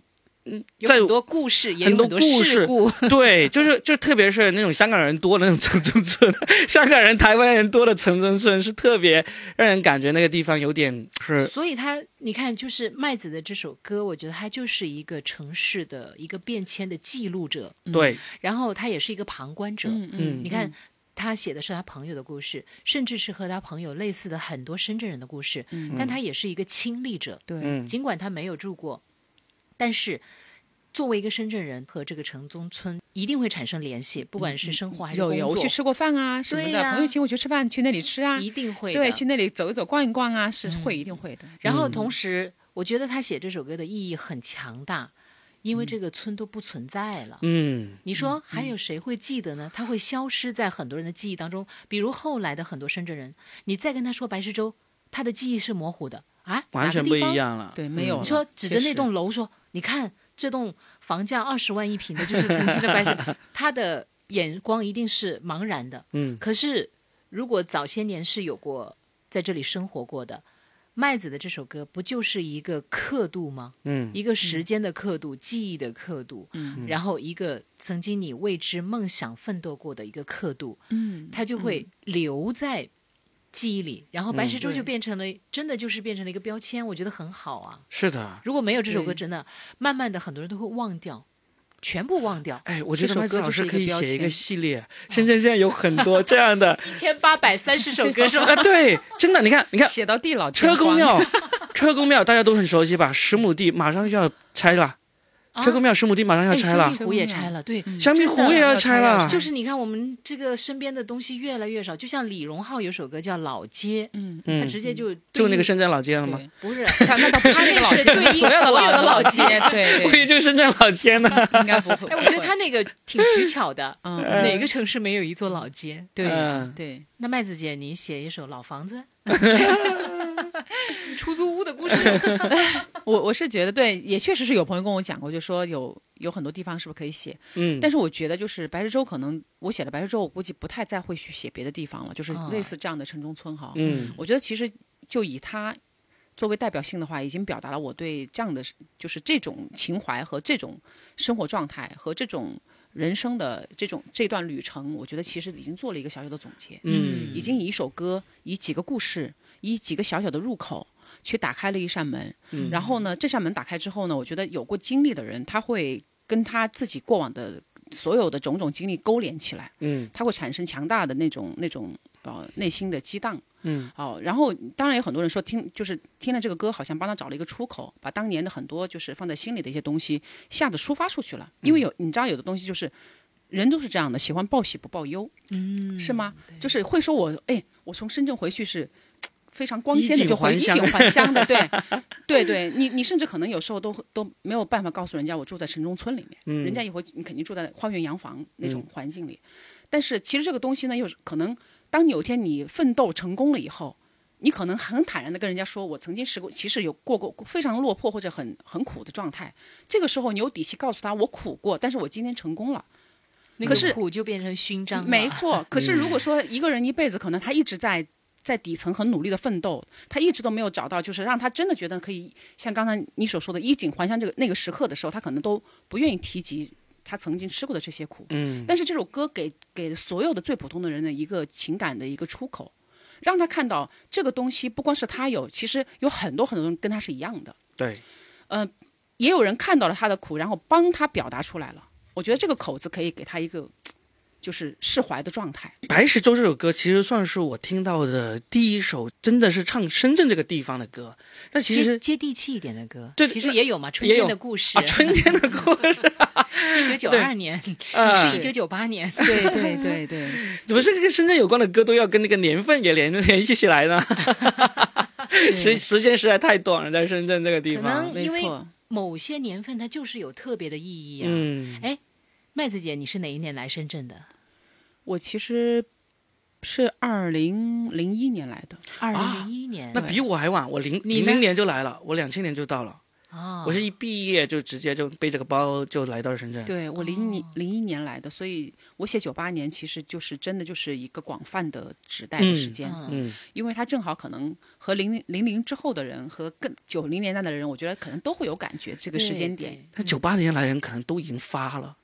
C: 有
A: 在
C: 很多故事，也有
A: 很多
C: 很多
A: 故
C: 事
A: 事
C: 故。
A: 对，就是就特别是那种香港人多的那种城中村， 香港人、台湾人多的城中村是特别让人感觉那个地方有点是
C: 所以他，你看，就是麦子的这首歌，我觉得他就是一个城市的一个变迁的记录者，
A: 对，
C: 然后他也是一个旁观者。
D: 嗯
A: 嗯
C: 你看，他写的是他朋友的故事，甚至是和他朋友类似的很多深圳人的故事，
D: 嗯
C: 但他也是一个亲历者。
D: 对，
A: 嗯
C: 尽管他没有住过，但是作为一个深圳人和这个城中村一定会产生联系，不管是生活还是
D: 嗯有
C: 工
D: 有我
C: 作，
D: 去吃过饭啊什么
C: 对
D: 的，
C: 呀
D: 朋友请我去吃饭，去那里吃啊，
C: 一定会的
D: 对，去那嗯里走一走、逛一逛啊，是会一定会的。
C: 然后同时，我觉得他写这首歌的意义很强大，因
D: 嗯
C: 为这个村都不存在了。
A: 嗯
C: 你说还有谁会记得呢？他会消失在很多人的记忆当中，比如后来的很多深圳人，你再跟他说白石洲，他的记忆是模糊的啊，
A: 完全不一
C: 哪个地方。
A: 样嗯了。
D: 嗯对，没有了。
C: 你说指着
D: 确
C: 那
D: 实
C: 栋楼说，你看这栋房价二十万一平的，就是曾经的 白石，他的眼光一定是茫然的。
A: 嗯，
C: 可是，如果早些年是有过在这里生活过的，麦子的这首歌不就是一个刻度吗？
A: 嗯
C: 一个时间的刻度，记忆的刻度，
D: 嗯
C: 然后一个曾经你为之梦想奋斗过的一个刻度，
D: 嗯，
C: 它就会留在记忆里。然后白石洲
D: 对
C: 就变成了，真的就是变成了一个标签，我觉得很好啊。
A: 是的。
C: 如果没有这首歌，
D: 对
C: 真的慢慢的很多人都会忘掉，全部忘掉。
A: 哎，我觉
C: 这
A: 得
C: 首
A: 麦子
C: 歌
A: 老
C: 就是
A: 师
C: 一
A: 可
C: 个
A: 以
C: 标
A: 写一个
C: 签哦
A: 系列，深圳现在有很多这样的
C: 一千八百三十首歌是吧？
A: 啊，对，真的，你看，你看
D: 写到地老天
A: 车公
D: 荒，
A: 庙， 车公庙大家都很熟悉吧？十亩地马上就要拆了，
C: 啊
A: 车公庙十亩地马上要
C: 哎，
A: 拆
C: 香
A: 了嗯
C: 蜜，湖也拆了，对，
D: 嗯
A: 香蜜湖
C: 真的
A: 也要拆了，
C: 就是你看我们这个身边的东西越来越少，就像李荣浩有首歌叫《老街》，
D: 嗯，
C: 他
A: 嗯，
C: 直接就
A: 就那个
C: 是
A: 深圳老街了吗？
D: 对，
C: 不是哎
D: 那那倒不是那个老街，
C: 他那是对应
D: 所有的
C: 所有的老
D: 老
C: 街
D: 街， 对
A: 估计
D: 对，
A: 就深圳老街呢。
D: 应该不会。，
C: 哎，我觉得他那哎个挺取巧的
D: 嗯，
C: 哪个城市没有一座老街？
D: 对
A: 嗯
D: 对，
C: 那麦子姐，你写一首《老房子》，出租屋的故事，
D: 我我是觉得对，也确实是有朋友跟我讲过，就说有有很多地方是不是可以写，
A: 嗯，
D: 但是我觉得就是白石洲，可能我写了白石洲，我估计不太再会去写别的地方了，就是
C: 啊
D: 类似这样的城中村哈。
A: 嗯
D: 我觉得其实就以他作为代表性的话，已经表达了我对这样的就是这种情怀和这种生活状态和这种人生的这种这段旅程，我觉得其实已经做了一个小小的总结，
A: 嗯
D: 已经以一首歌，以几个故事，以几个小小的入口。去打开了一扇门，
A: 嗯
D: 然后呢，这扇门打开之后呢，我觉得有过经历的人，他会跟他自己过往的所有的种种经历勾连起来，
A: 嗯
D: 他会产生强大的那种那种呃内心的激荡。
A: 嗯
D: 哦，然后当然有很多人说听，就是听了这个歌，好像帮他找了一个出口，把当年的很多就是放在心里的一些东西一下子抒发出去了。
A: 嗯
D: 因为有你知道，有的东西就是人都是这样的，喜欢报喜不报忧，
C: 嗯
D: 是？吗？就是会说我哎，我从深圳回去是。呃非常光
A: 衣
D: 鲜的
A: 锦
D: 就回
A: 还
D: 衣
A: 乡
D: 锦还乡的，对， 对对，你你甚至可能有时候都都没有办法告诉人家我住在城中村里面，
A: 嗯，
D: 人家一会你肯定住在花园洋房那种
A: 嗯
D: 环境里。但是其实这个东西呢，又是可能当你有一天你奋斗成功了以后，你可能很坦然的跟人家说，我曾经是过，其实有过过非常落魄或者很很苦的状态。这个时候你有底气告诉他，我苦过，但是我今天成功了。
C: 那
D: 可
C: 个
D: 是
C: 苦就变成勋章了，
D: 没错，可是如果说一个人一辈子可能他一直在在底层很努力的奋斗，他一直都没有找到，就是让他真的觉得可以像刚才你所说的衣锦还乡这个那个时刻的时候，他可能都不愿意提及他曾经吃过的这些苦。
A: 嗯
D: 但是这首歌给给所有的最普通的人的一个情感的一个出口，让他看到这个东西不光是他有，其实有很多很多人跟他是一样的。
A: 对，
D: 也有人看到了他的苦，然后帮他表达出来了。我觉得这个口子可以给他一个就是释怀的状态。
A: 《白石洲》这首歌其实算是我听到的第一首真的是唱深圳这个地方的歌，但其
C: 接
A: 实
C: 接地气一点的歌，
A: 对
C: 其实也有嘛，春
A: 也有
C: 天的故事
A: 啊，，春天的故事，
C: 一九九二年，你
A: 啊
C: 是一九九八 年，
D: 对对对对，
A: 怎么是跟深圳有关的歌都要跟那个年份也联 联系起来呢？时时间实在太短了，在深圳这个地
C: 可能
A: 方，
D: 没
C: 因为
D: 错。
C: 某些年份它就是有特别的意义啊。
A: 嗯
C: 麦子姐，你是哪一年来深圳的？
D: 我其实是二零零一年来的，
C: 二零零一年。
A: 那比我还晚，我零
C: 你
A: 零
C: 呢
A: 零年就来了，我两千年就到了。
C: 哦
B: 啊，
A: 我是一毕业就直接就背着个包就来到深圳。
D: 对我零一零一年来的，所以我写九八年其实就是真的就是一个广泛的指代的时间，
B: 嗯
A: 嗯，
D: 因为它正好可能和零零零零之后的人和更九零年代的人，我觉得可能都会有感觉这个时间点。
A: 那九八年来的人可能都已经发了。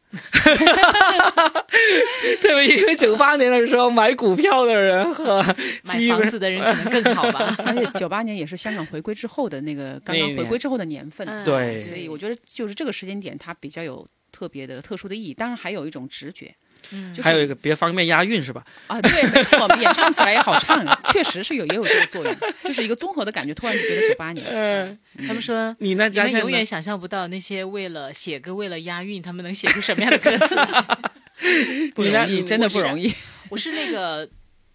A: 对，因为九八年的时候买股票的人和
C: 买
A: 基
C: 房
A: 本
C: 子的人可能更好吧。
D: 而且九八年也是香港回归之后的那个
A: 那
D: 刚刚
A: 一
D: 回
A: 年
D: 归之后的年份，
C: 嗯
A: 对
D: 所以我觉得就是这个时间点它比较有特别的特殊的意义。当然还有一种直觉，
C: 嗯
D: 就是
A: 还有一个别方面押韵是吧？
D: 啊，对，没错，演唱起来也好唱，确实是有也有这个作用，就是一个综合的感觉。突然就觉得九八
C: 呃
D: 年，
A: 嗯，
C: 他们说
A: 你那
C: 你
A: 家
C: 们
A: 现
C: 永远
A: 在
C: 想象不到那些为了写歌、为了押韵，他们能写出什么样的歌 词。
D: 不
A: 你那
D: 容易，真的不容易。
C: 我是那个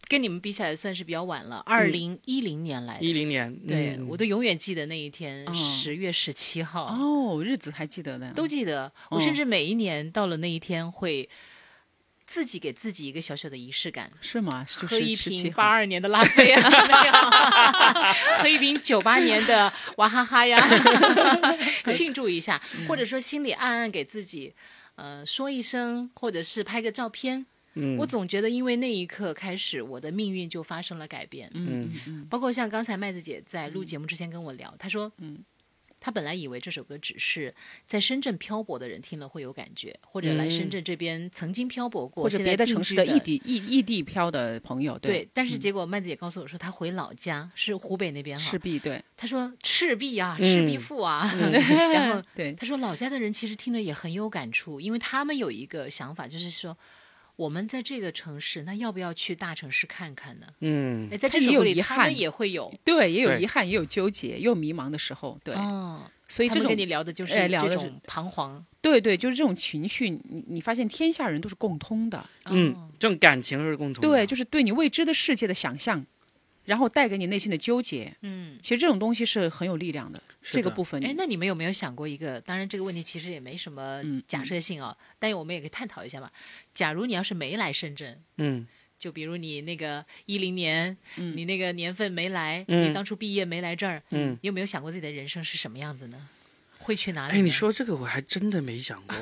C: 跟你们比起来算是比较晚了，二零一零年来的。
A: 一零年，
C: 对，
A: 嗯
C: 我都永远记得那一天，
D: 哦
C: 十月十七号。
D: 哦，日子还记得的，
C: 都记
A: 哦
C: 得。我
D: 嗯
C: 甚至每一年到了那一天，会自己给自己一个小小的仪式感，
D: 是吗？就
C: 喝
D: 是
C: 一
D: 十七
C: 瓶八二年的拉菲 啊，没有喝一瓶九八年的娃哈哈 呀，庆祝一下，
D: 嗯
C: 或者说心里暗暗给自己。呃，说一声，或者是拍个照片，
A: 嗯，
C: 我总觉得，因为那一刻开始，我的命运就发生了改变。
D: 嗯
A: 嗯
D: 嗯
C: 包括像刚才麦子姐在录节目之前跟我聊，她说，
D: 嗯，
C: 她本来以为这首歌只是在深圳漂泊的人听了会有感觉，或者来深圳这边曾经漂泊过，
D: 嗯或者
C: 现在
D: 别的
C: 定
D: 城市
C: 居
D: 的
C: 的
D: 异地异异地漂的朋友，
C: 对，嗯但是结果麦子姐告诉我说，她回老家是湖北那边哈
D: 赤，壁对，
C: 她说赤壁啊，赤壁
A: 嗯
C: 赋啊，
D: 然
C: 后
D: 对
C: 他说老家的人其实听了也很有感触，因为他们有一个想法，就是说我们在这个城市，那要不要去大城市看看呢？
A: 嗯
C: 哎，在这
D: 他也
C: 首
D: 有
C: 歌里
D: 遗
C: 他
D: 憾
C: 们也会有。
D: 对，也有
A: 对
D: 遗憾，也有纠结，也有迷茫的时候，对，
C: 哦，
D: 所以
C: 他
D: 这
C: 们
D: 种
C: 跟你呃聊的就是
D: 哎聊
C: 这
D: 的是
C: 种彷徨。
D: 对对，就是这种情绪，你你发现天下人都是共通的，
C: 哦
A: 嗯，这种感情是共同的
D: 对，就是对你未知的世界的想象，然后带给你内心的纠结，
C: 嗯，
D: 其实这种东西是很有力量的。
A: 是
D: 这个
A: 的
D: 部分，
C: 哎，那你们有没有想过一个？当然，这个问题其实也没什么
D: 嗯
C: 假设性啊，但我们也可以探讨一下嘛。假如你要是没来深圳，
A: 嗯
C: 就比如你那个一零年，
D: 嗯
C: 你那个年份没来，你
A: 嗯
C: 当初毕业没来这儿，
A: 嗯。
C: 你有没有想过自己的人生是什么样子呢？会去哪里呢？
A: 哎，你说这个我还真的没想过，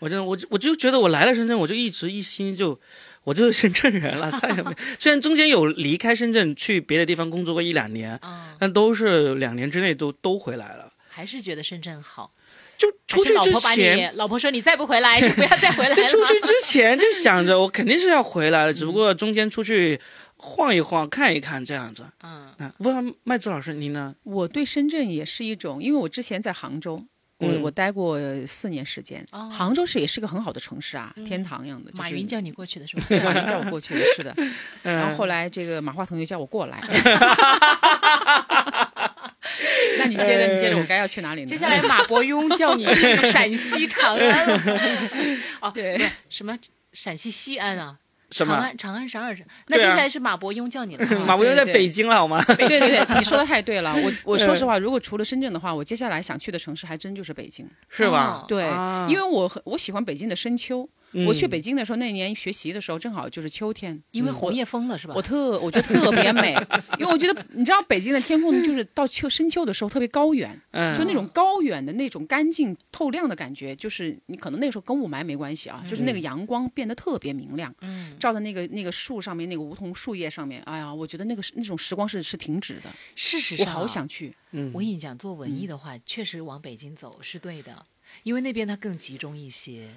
A: 我真的我就我就觉得我来了深圳，我就一直一心就我就是深圳人了，再也没。 虽然中间有离开深圳去别的地方工作过一两年，
C: 啊、
A: 但都是两年之内都都回来了。
C: 还是觉得深圳好？
A: 就出
C: 还是
A: 去
C: 老
A: 之
C: 婆把你
A: 前，，
C: 老婆说你再不回来就不要再回 来
A: 就出
C: 了。
A: 去之前就想着我肯定是要回 来了，只不过中间出去晃一晃、看一看这样子。
C: 嗯
A: 那问麦子老师您呢？
D: 我对深圳也是一种，因为我之前在杭州，我、
A: 嗯
D: 我待过四年时间，
C: 哦嗯
D: 杭州是也是个很好的城市啊，天堂一样的。就是、
C: 马云叫你过去的是吧？
D: 对 马云叫我过去的，是的。
A: 嗯
D: 然后后来这个马化腾又叫我过 来。那你接着，
A: 嗯
D: 你接着，我该要去哪里呢？
C: 接下来马伯庸叫你去 陕西长安了，哦，
D: 对
C: 不是什么陕西西安啊？
A: 什
C: 长
A: 么？
C: 安，长安啥二十？那接
A: 对啊
C: 下来是马伯庸叫你了
A: 马
C: 啊。
A: 伯庸在
D: 对对
A: 北京了好吗？
D: 对对对，你说的太对了。我
A: 嗯
D: 我说实话，如果除了深圳的话，我接下来想去的城市还真就是北京。
A: 是吧
C: 哦？
D: 对，
A: 啊
D: 因为我很我喜欢北京的深秋。
A: 嗯
D: 我去北京的时候，那年学习的时候正好就是秋天，嗯
C: 因
A: 嗯
C: 为红叶封了是吧
D: 我？特我觉得特别美，因为我觉得你知道北京的天空就是到秋深秋的时候特别高远，
A: 嗯
D: 就那种高远的那种干净透亮的感觉，就是你可能那个时候跟雾霾没关系啊，就是那个阳光变得特别明亮，
C: 嗯，
D: 照在那个那个树上面那个梧桐树叶上面，哎呀，我觉得那个是那种时光是是停止的，
C: 事实
D: 我
C: 上啊，
D: 好想去，
A: 嗯
C: 我跟你讲，做文艺的话，确实往北京走是对的，因为那边它更集中一些。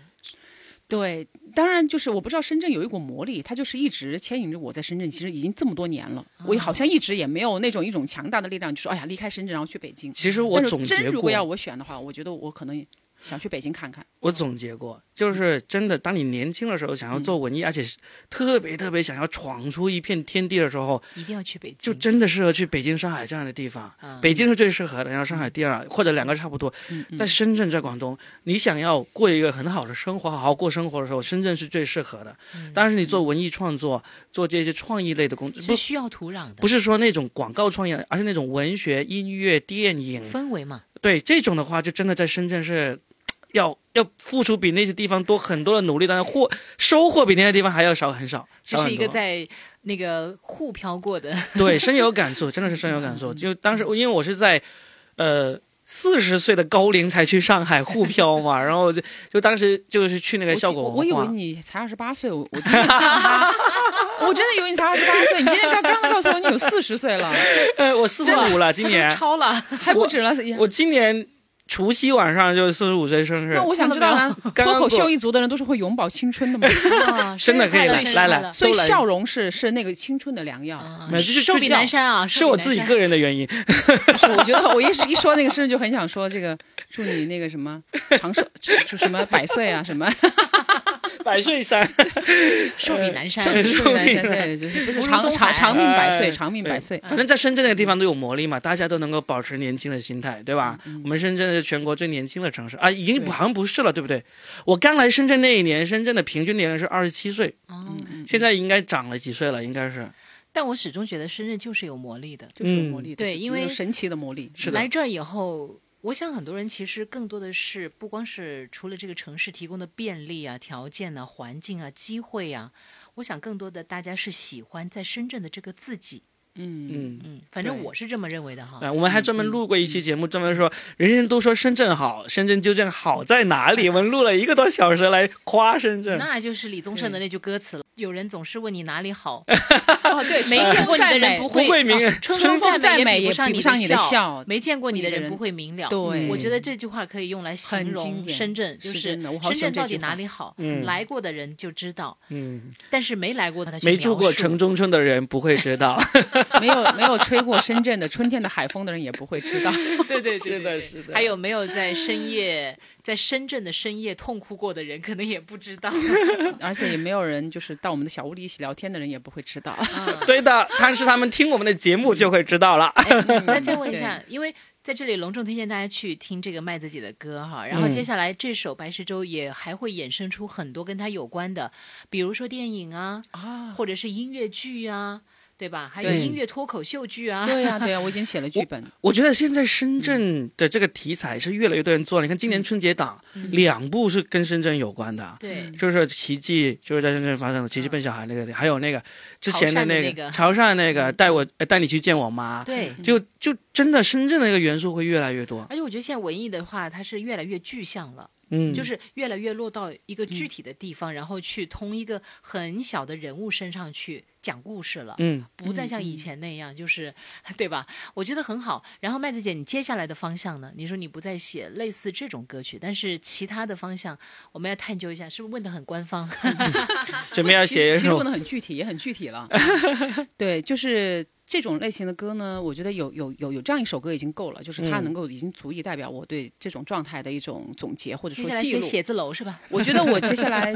D: 对，当然就是我不知道深圳有一股魔力，它就是一直牵引着我在深圳，其实已经这么多年了，我也好像一直也没有那种一种强大的力量，就说哎呀离开深圳然后去北京。
A: 其实我
D: 但是
A: 总
D: 真
A: 结
D: 如
A: 过
D: 果，要我选的话，我觉得我可能想去北京看看。
A: 我总结过，就是真的，当你年轻的时候想
D: 嗯
A: 要做文艺，而且是特别特别想要闯出一片天地的时候，
C: 一定要去北京，
A: 就真的适合去北京、上海这样的地方。
C: 啊
A: 北京是最适合的，然后上海第二，或者两个差不多。
D: 嗯，
A: 但深圳在广东，你想要过一个很好的生活，好好过生活的时候，深圳是最适合
D: 嗯
A: 的。
C: 嗯
A: 但是你做文艺创作，做这些创意类的工作，
C: 是
A: 不
C: 需要土壤的，
A: 不是说那种广告创意，而是那种文学、音乐、电影，
C: 氛围嘛？
A: 对这种的话，就真的在深圳是要要付出比那些地方多很多的努力，但是获收获比那些地方还要少很少，
C: 这
A: 少
C: 是
A: 很
C: 一个
A: 多。
C: 在那个沪漂过的，
A: 对，深有感触，真的是深有感触。就当时因为我是在呃四十岁的高龄才去上海沪漂嘛，然后就就当时就是去那个
D: 我
A: 效
D: 记
A: 果
D: 我
A: 文化，
D: 我以为你才二十八岁，我我真的 我真的以为你才二十八岁，你今天刚刚告诉我你有四十岁了，
A: 呃我四十五了，今年
C: 超了，
D: 还不止了。也
A: 我今年除夕晚上就四十五岁生日
D: 那，我想知道呢，
A: 刚
D: 脱
A: 刚
D: 口秀
A: 过
D: 一族的人都是会永葆青春 的吗？
C: 哇
A: 真的可以
C: 生日
A: 来来
C: 快乐生日快
A: 来
C: 乐
D: 所以
A: 都来
D: 笑容是是那个青春的良药。
C: 啊
A: 没有就是
C: 寿
A: 就
C: 比
A: 是
C: 南山啊，
A: 是
C: 寿比
A: 我
C: 南
A: 自己
C: 山
A: 个人的原因，
D: 是我觉得我一一说那个事，就很想说这个，祝你那个什么长寿，就就什么百岁啊，什 么
A: 百岁山，
C: 寿
A: 呃
C: 比南山
D: 寿，命
A: 寿命
D: 对，就是不是
C: 福如
D: 长
C: 东
D: 长
C: 海
D: 长命百岁，
A: 哎
D: 长命百岁。
A: 反正在深圳那个地方都有魔力嘛，大家都能够保持年轻的心态，对吧？我们深圳是全国最年轻的城市啊，已经
D: 嗯对
A: 好像不是了，对不对？我刚来深圳那一年，深圳的平均年龄是二十七岁，
C: 哦
D: 嗯
A: 现在应该涨了几岁了？应该是
C: 但我始终觉得深圳就是有魔力的。
D: 就是有魔力的，
C: 对
D: 就是
C: 因为
D: 有神奇的魔力，
A: 嗯是的
C: 来这儿以后，我想很多人其实更多的是不光是除了这个城市提供的便利啊、条件啊、环境啊、机会啊，我想更多的大家是喜欢在深圳的这个自己。
D: 嗯，
A: 嗯。
C: 嗯，反正
D: 对哎
C: 我是这么认为的哈。
A: 啊，我们还专门录过一期节目，专门说人人都说深圳好，深圳究竟好在哪里？我们录了一个多小时来夸深圳。
C: 那就是李宗盛的那句歌词了。有人总是问你哪里好，
D: 哦 对，
C: 没见过你的人
D: 不啊嗯
A: 不会明，
C: 春
D: 春风
C: 再
D: 再美
C: 也
D: 也
C: 比上
D: 比不上
C: 你
D: 你的
C: 笑
D: 笑，
C: 没见过你的人
D: 人
C: 不会明了。
D: 对
C: 我觉得这句话可以用来形
D: 很经
C: 容
D: 典
C: 深圳，就是是
D: 真的我好
C: 深
D: 喜欢
C: 圳
D: 这
C: 到底
D: 句话
C: 哪里好，
A: 嗯
C: 来过的人就知道，
A: 嗯，
C: 但是没来过的他去
A: 没住过
C: 描述
A: 城中村的人不会知道。
D: 没有没有吹过深圳的春天的海风的人也不会知道。
C: 对对对，
A: 是的
C: 对对
A: 是的
C: 还有没有在深夜在深圳的深夜痛哭过的人，可能也不 知道。嗯
D: 而且也没有人就是到我们的小屋里一起聊天的人也不会知 道。
A: 对的，但是他们听我们的节目就会知道了。
D: 嗯
C: 那再问一下，因为在这里隆重推荐大家去听这个麦子姐的歌哈，然后
A: 嗯
C: 接下来这首《白石洲》也还会衍生出很多跟它有关的，比如说电影啊，或者是音乐剧啊，对吧？还有
D: 对
C: 音乐脱口秀剧啊，
D: 对呀、对呀、我已经写了剧本，
A: 我觉得现在深圳的这个题材是越来越多人做了。你看今年春节档、两部是跟深圳有关的，
C: 对
A: 就是《奇迹》，就是在深圳发生的《奇迹笨小孩》那个，还有那个之前的那个
C: 潮
A: 潮汕那个带我呃带你去见我妈，
C: 对。
A: 就就真的深圳的那个元素会越来越多。
C: 而且我觉得现在文艺的话，它是越来越具象了。
A: 嗯，
C: 就是越来越落到一个具体的地方，然后去通一个很小的人物身上去讲故事了。
A: 嗯，
C: 不再像以前那样，就是， 对吧？我觉得很好。然后麦子姐，你接下来的方向呢？你说你不再写类似这种歌曲，但是其他的方向，我们要探究一下，是不是问的很官方？
A: 准备要
D: 其
A: 写
D: 实
A: 一
D: 其实
A: 首
D: 问的很具体，也很具体 了。对，就是这种类型的歌呢，我觉得有有有有这样一首歌已经够了，就是它
A: 嗯
D: 能够已经足以代表我对这种状态的一种总结或者
C: 接
D: 说
C: 下来
D: 记
C: 写
D: 录。
C: 写字楼是吧？
D: 我觉得我接下来，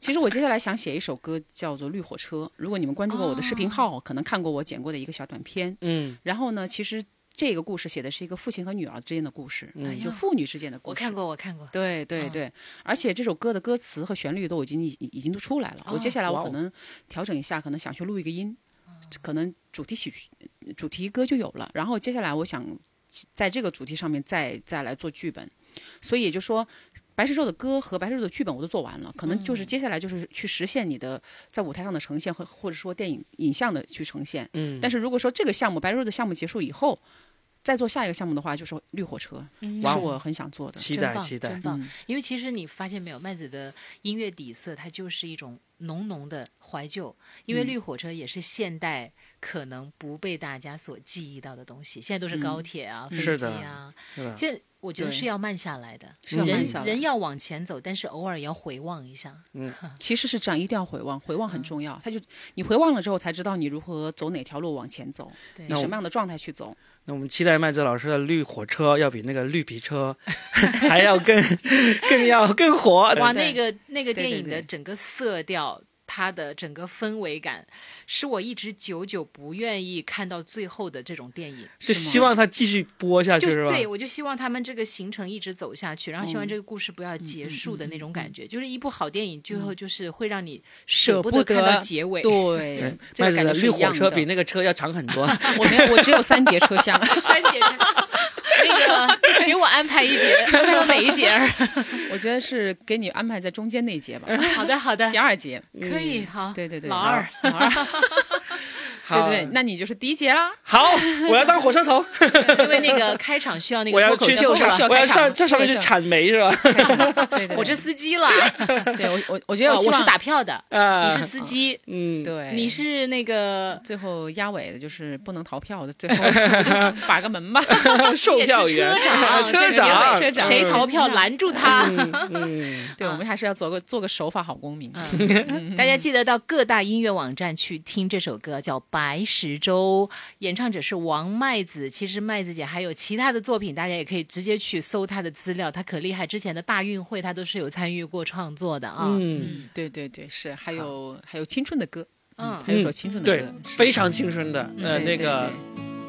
D: 其实我接下来想写一首歌叫做《绿火车》。如果你们关注过我的视频号，
C: 哦
D: 可能看过我剪过的一个小短片。
A: 嗯
D: 然后呢，其实这个故事写的是一个父亲和女儿之间的故事，
C: 哎
A: 嗯
C: 呀
D: 就父女之间的故事。
C: 我看。过，我看过。
D: 对对
C: 嗯
D: 对，而且这首歌的歌词和旋律都已经已已经都出来了。我接下来
A: 哇
D: 我
A: 哦嗯
D: 可能调整一下，可能想去录一个音，可能主题曲主题歌就有了。然后接下来我想在这个主题上面再再来做剧本，所以也就说。白石洲的歌和白石洲的剧本我都做完了，可能
A: 嗯
D: 就是接下来就是去实现你的在舞台上的呈现，或或者说电影影像的去呈现。
A: 嗯，
D: 但是如果说这个项目白石洲的项目结束以后，再做下一个项目的话，就是绿火车，
C: 嗯
A: 哦
D: 是我很想做的。
A: 期
C: 真
A: 待
C: 棒，
A: 期待
C: 真。棒
D: 嗯！
C: 因为其实你发现没有，麦子的音乐底色它就是一种浓浓的怀旧，因为
D: 嗯
C: 绿火车也是现代可能不被大家所记忆到的东西，现在都是高铁啊、飞
A: 是
C: 机
A: 的
C: 啊，
A: 是的
C: 这我觉得
D: 嗯对
C: 是要慢下来的，
D: 是要
C: 人
D: 慢下来啊
C: 人要往前走，但是偶尔也要回望一下。
D: 其实是这样，一定要回望，回望很重要。他就你回望了之后，才知道你如何走哪条路往前走，
C: 对
D: 以，
A: 那我
D: 什么样的状态去走。
A: 那我们期待麦子老师的绿火车要比那个绿皮车还要更更要更火。
C: 哇，那
D: 对
C: 个那个
D: 对
C: 电
D: 对
C: 影的
D: 对
C: 整个色调。它的整个氛围感，是我一直久久不愿意看到最后的这种电影。
A: 就是
D: 吗
A: 希望他继续播下去
C: 就是
A: 吧？
C: 对，我就希望他们这个行程一直走下去，然后希望
D: 嗯
C: 这个故事不要结
D: 嗯
C: 束的
D: 嗯
C: 那种
D: 嗯
C: 感觉。就是一部好电影，最后就是会让你
D: 舍
C: 不
D: 不
C: 看到
D: 得
C: 结尾。
D: 对，
A: 嗯
D: 这
A: 麦
D: 个
A: 子
D: 感觉
A: 的
D: 是
A: 绿
D: 一
A: 火
D: 样
A: 车
D: 的。
A: 比那个车要长很 多。
D: 我没有，我只有三节车厢。
C: 三节车，那个给我安排一节，安排我哪一节儿？
D: 我觉得是给你安排在中间那一节吧，
C: 好的，好的
D: 第，二节。
C: 嗯可以，好，
D: 对对对，
C: 老二，
D: 老二。对
A: 好，
D: 对对，那你就是第一节啦。
A: 好，我要当火车 头，
C: 因为那个开场需要那
A: 我
C: 个
A: 要
C: 脱口
A: 去，
C: 秀是吧？
A: 我要上这上面去
D: 开场
A: 铲煤 是吧？
D: 对对，
C: 火车司机了，
D: 对我我我觉得
C: 哦
D: 希
C: 我
D: 望
C: 是打票的，你
A: 啊
C: 是，司机，
A: 嗯，
D: 对
C: 你是那个
D: 最后压尾的就是不能逃票的，最后把个门吧。
A: 售票员啊
C: 也是车
A: 车
C: 长
D: 这个也是车长
C: 谁逃票拦住他？
A: 嗯，
D: 对，我们还是要做个做个守法好公民。
C: 大家记得到各大音乐网站去听这首歌，叫《白石洲》，演唱者是王麦子。其实麦子姐还有其他的作品，大家也可以直接去搜她的资料，她可厉害。之前的大运会她都是有参与过创作的啊。
A: 嗯，
D: 嗯，对对对，是还有还有青春的歌，
C: 嗯
D: 还有首青春的
A: 对
D: 歌，，是
A: 非常青春的，呃，
D: 对
A: 那
D: 对
A: 个，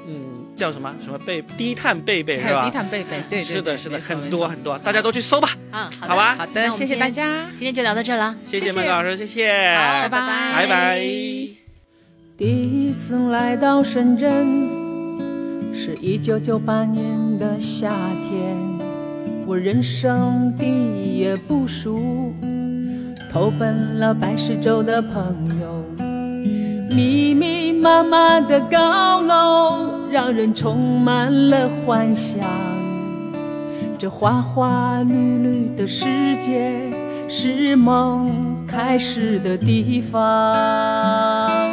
A: 嗯，叫什么什么贝低碳贝贝
D: 对
A: 是
D: 还有低
A: 吧？
D: 碳贝贝，对对，
A: 是的，
D: 对
A: 是的，
D: 没错
A: 很
D: 没
A: 多
D: 错
A: 很多，大家都去搜吧，
C: 嗯，好的
A: 好，吧？
D: 好
C: 那
D: 的，
C: 我们
D: 谢谢大家，
C: 今天就聊到这儿了。
A: 谢
D: 谢
A: 麦克老师，谢谢，拜
C: 好拜拜
A: 拜拜。
E: 第一次来到深圳，是一九九八年的夏天，我人生地也不熟，投奔了白石洲的朋友。密密麻麻的高楼，让人充满了幻想。这花花绿绿的世界，是梦开始的地方。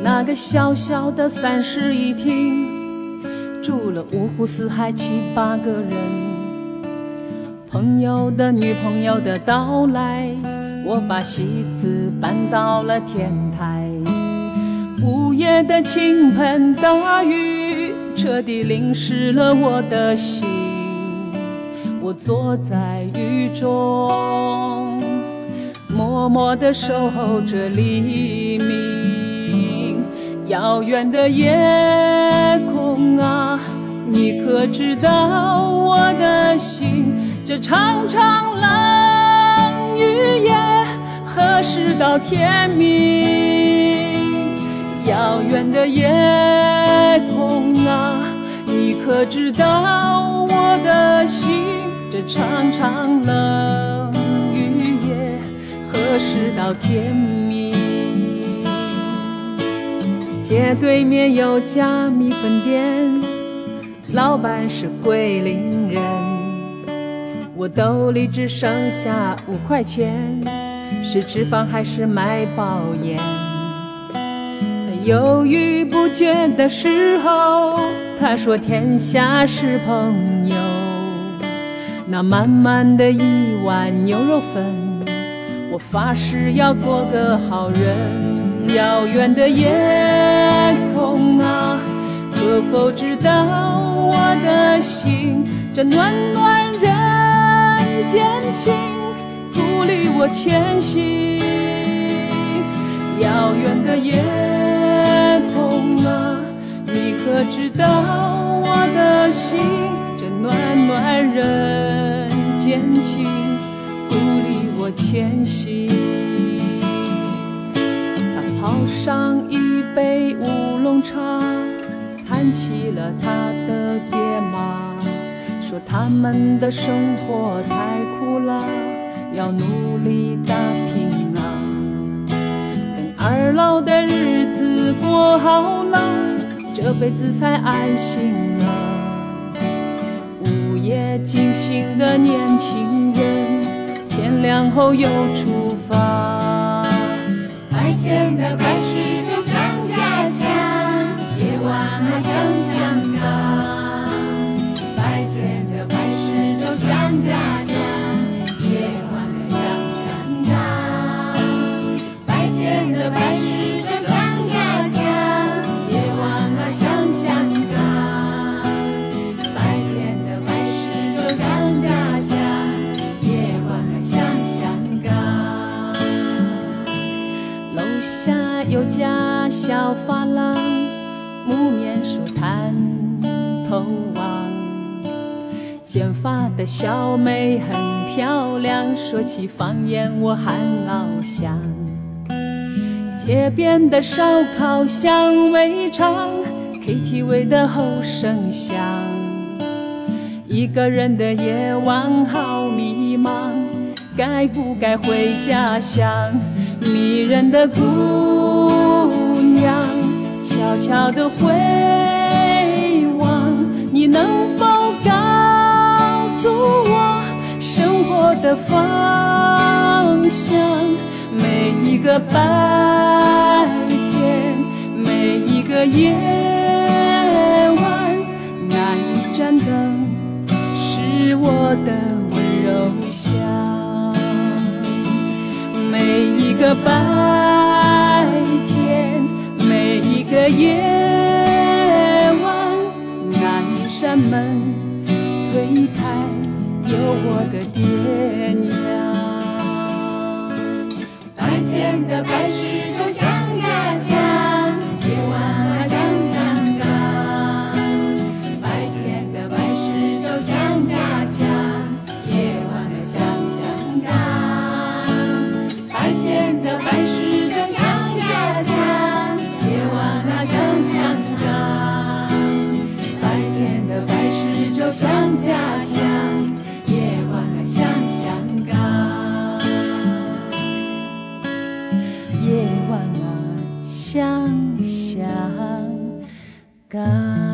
E: 那个小小的三室一厅，住了五湖四海七八个人。朋友的女朋友的到来，我把席子搬到了天台。午夜的倾盆大雨，彻底淋湿了我的心。我坐在雨中，默默地守候着黎明。遥远的夜空啊，你可知道我的心？这长长冷雨夜，何时到天明？遥远的夜空啊，你可知道我的心？这长长冷雨夜，何时到天明？街对面有家米粉店，老板是桂林人。我兜里只剩下五块钱，是吃饭还是买包烟？在犹豫不决的时候，他说天下是朋友。那满满的一碗牛肉粉，我发誓要做个好人。遥远的夜空啊，可否知道我的心？这暖暖人间情，鼓励我前行。遥远的夜空啊，你可知道我的心？这暖暖人间情，鼓励我前行。他泡上一杯乌龙茶，谈起了他的爹妈，说他们的生活太苦了，要努力打拼啊。等二老的日子过好了，这辈子才安心啊。午夜惊醒的年轻人，天亮后又出发。白天的白石洲像家乡，夜晚啊想想他。白天的白石洲像家乡，夜晚啊想想他。白天的白石洲像家乡，夜晚啊想想他。白天的白石洲像家乡，夜晚啊想想他。楼下有家小发廊，木棉树探头望。剪发的小妹很漂亮，说起方言我很老乡。街边的烧烤香味长，KTV 的吼声响。一个人的夜晚好迷茫，该不该回家乡？迷人的姑娘。悄悄地回望，你能否告诉我生活的方向？每一个白天，每一个夜晚，那一盏灯是我的温柔乡。每一个白天，每一个夜晚，那一扇门推开，有我的爹娘。白天的白石洲像家乡，夜晚啊像香港。白天的白石洲像家乡，夜晚啊像香港。白天的白石洲像家乡，夜晚啊像香港。白天的白石洲像家乡，夜晚啊像香港。夜晚啊像香港。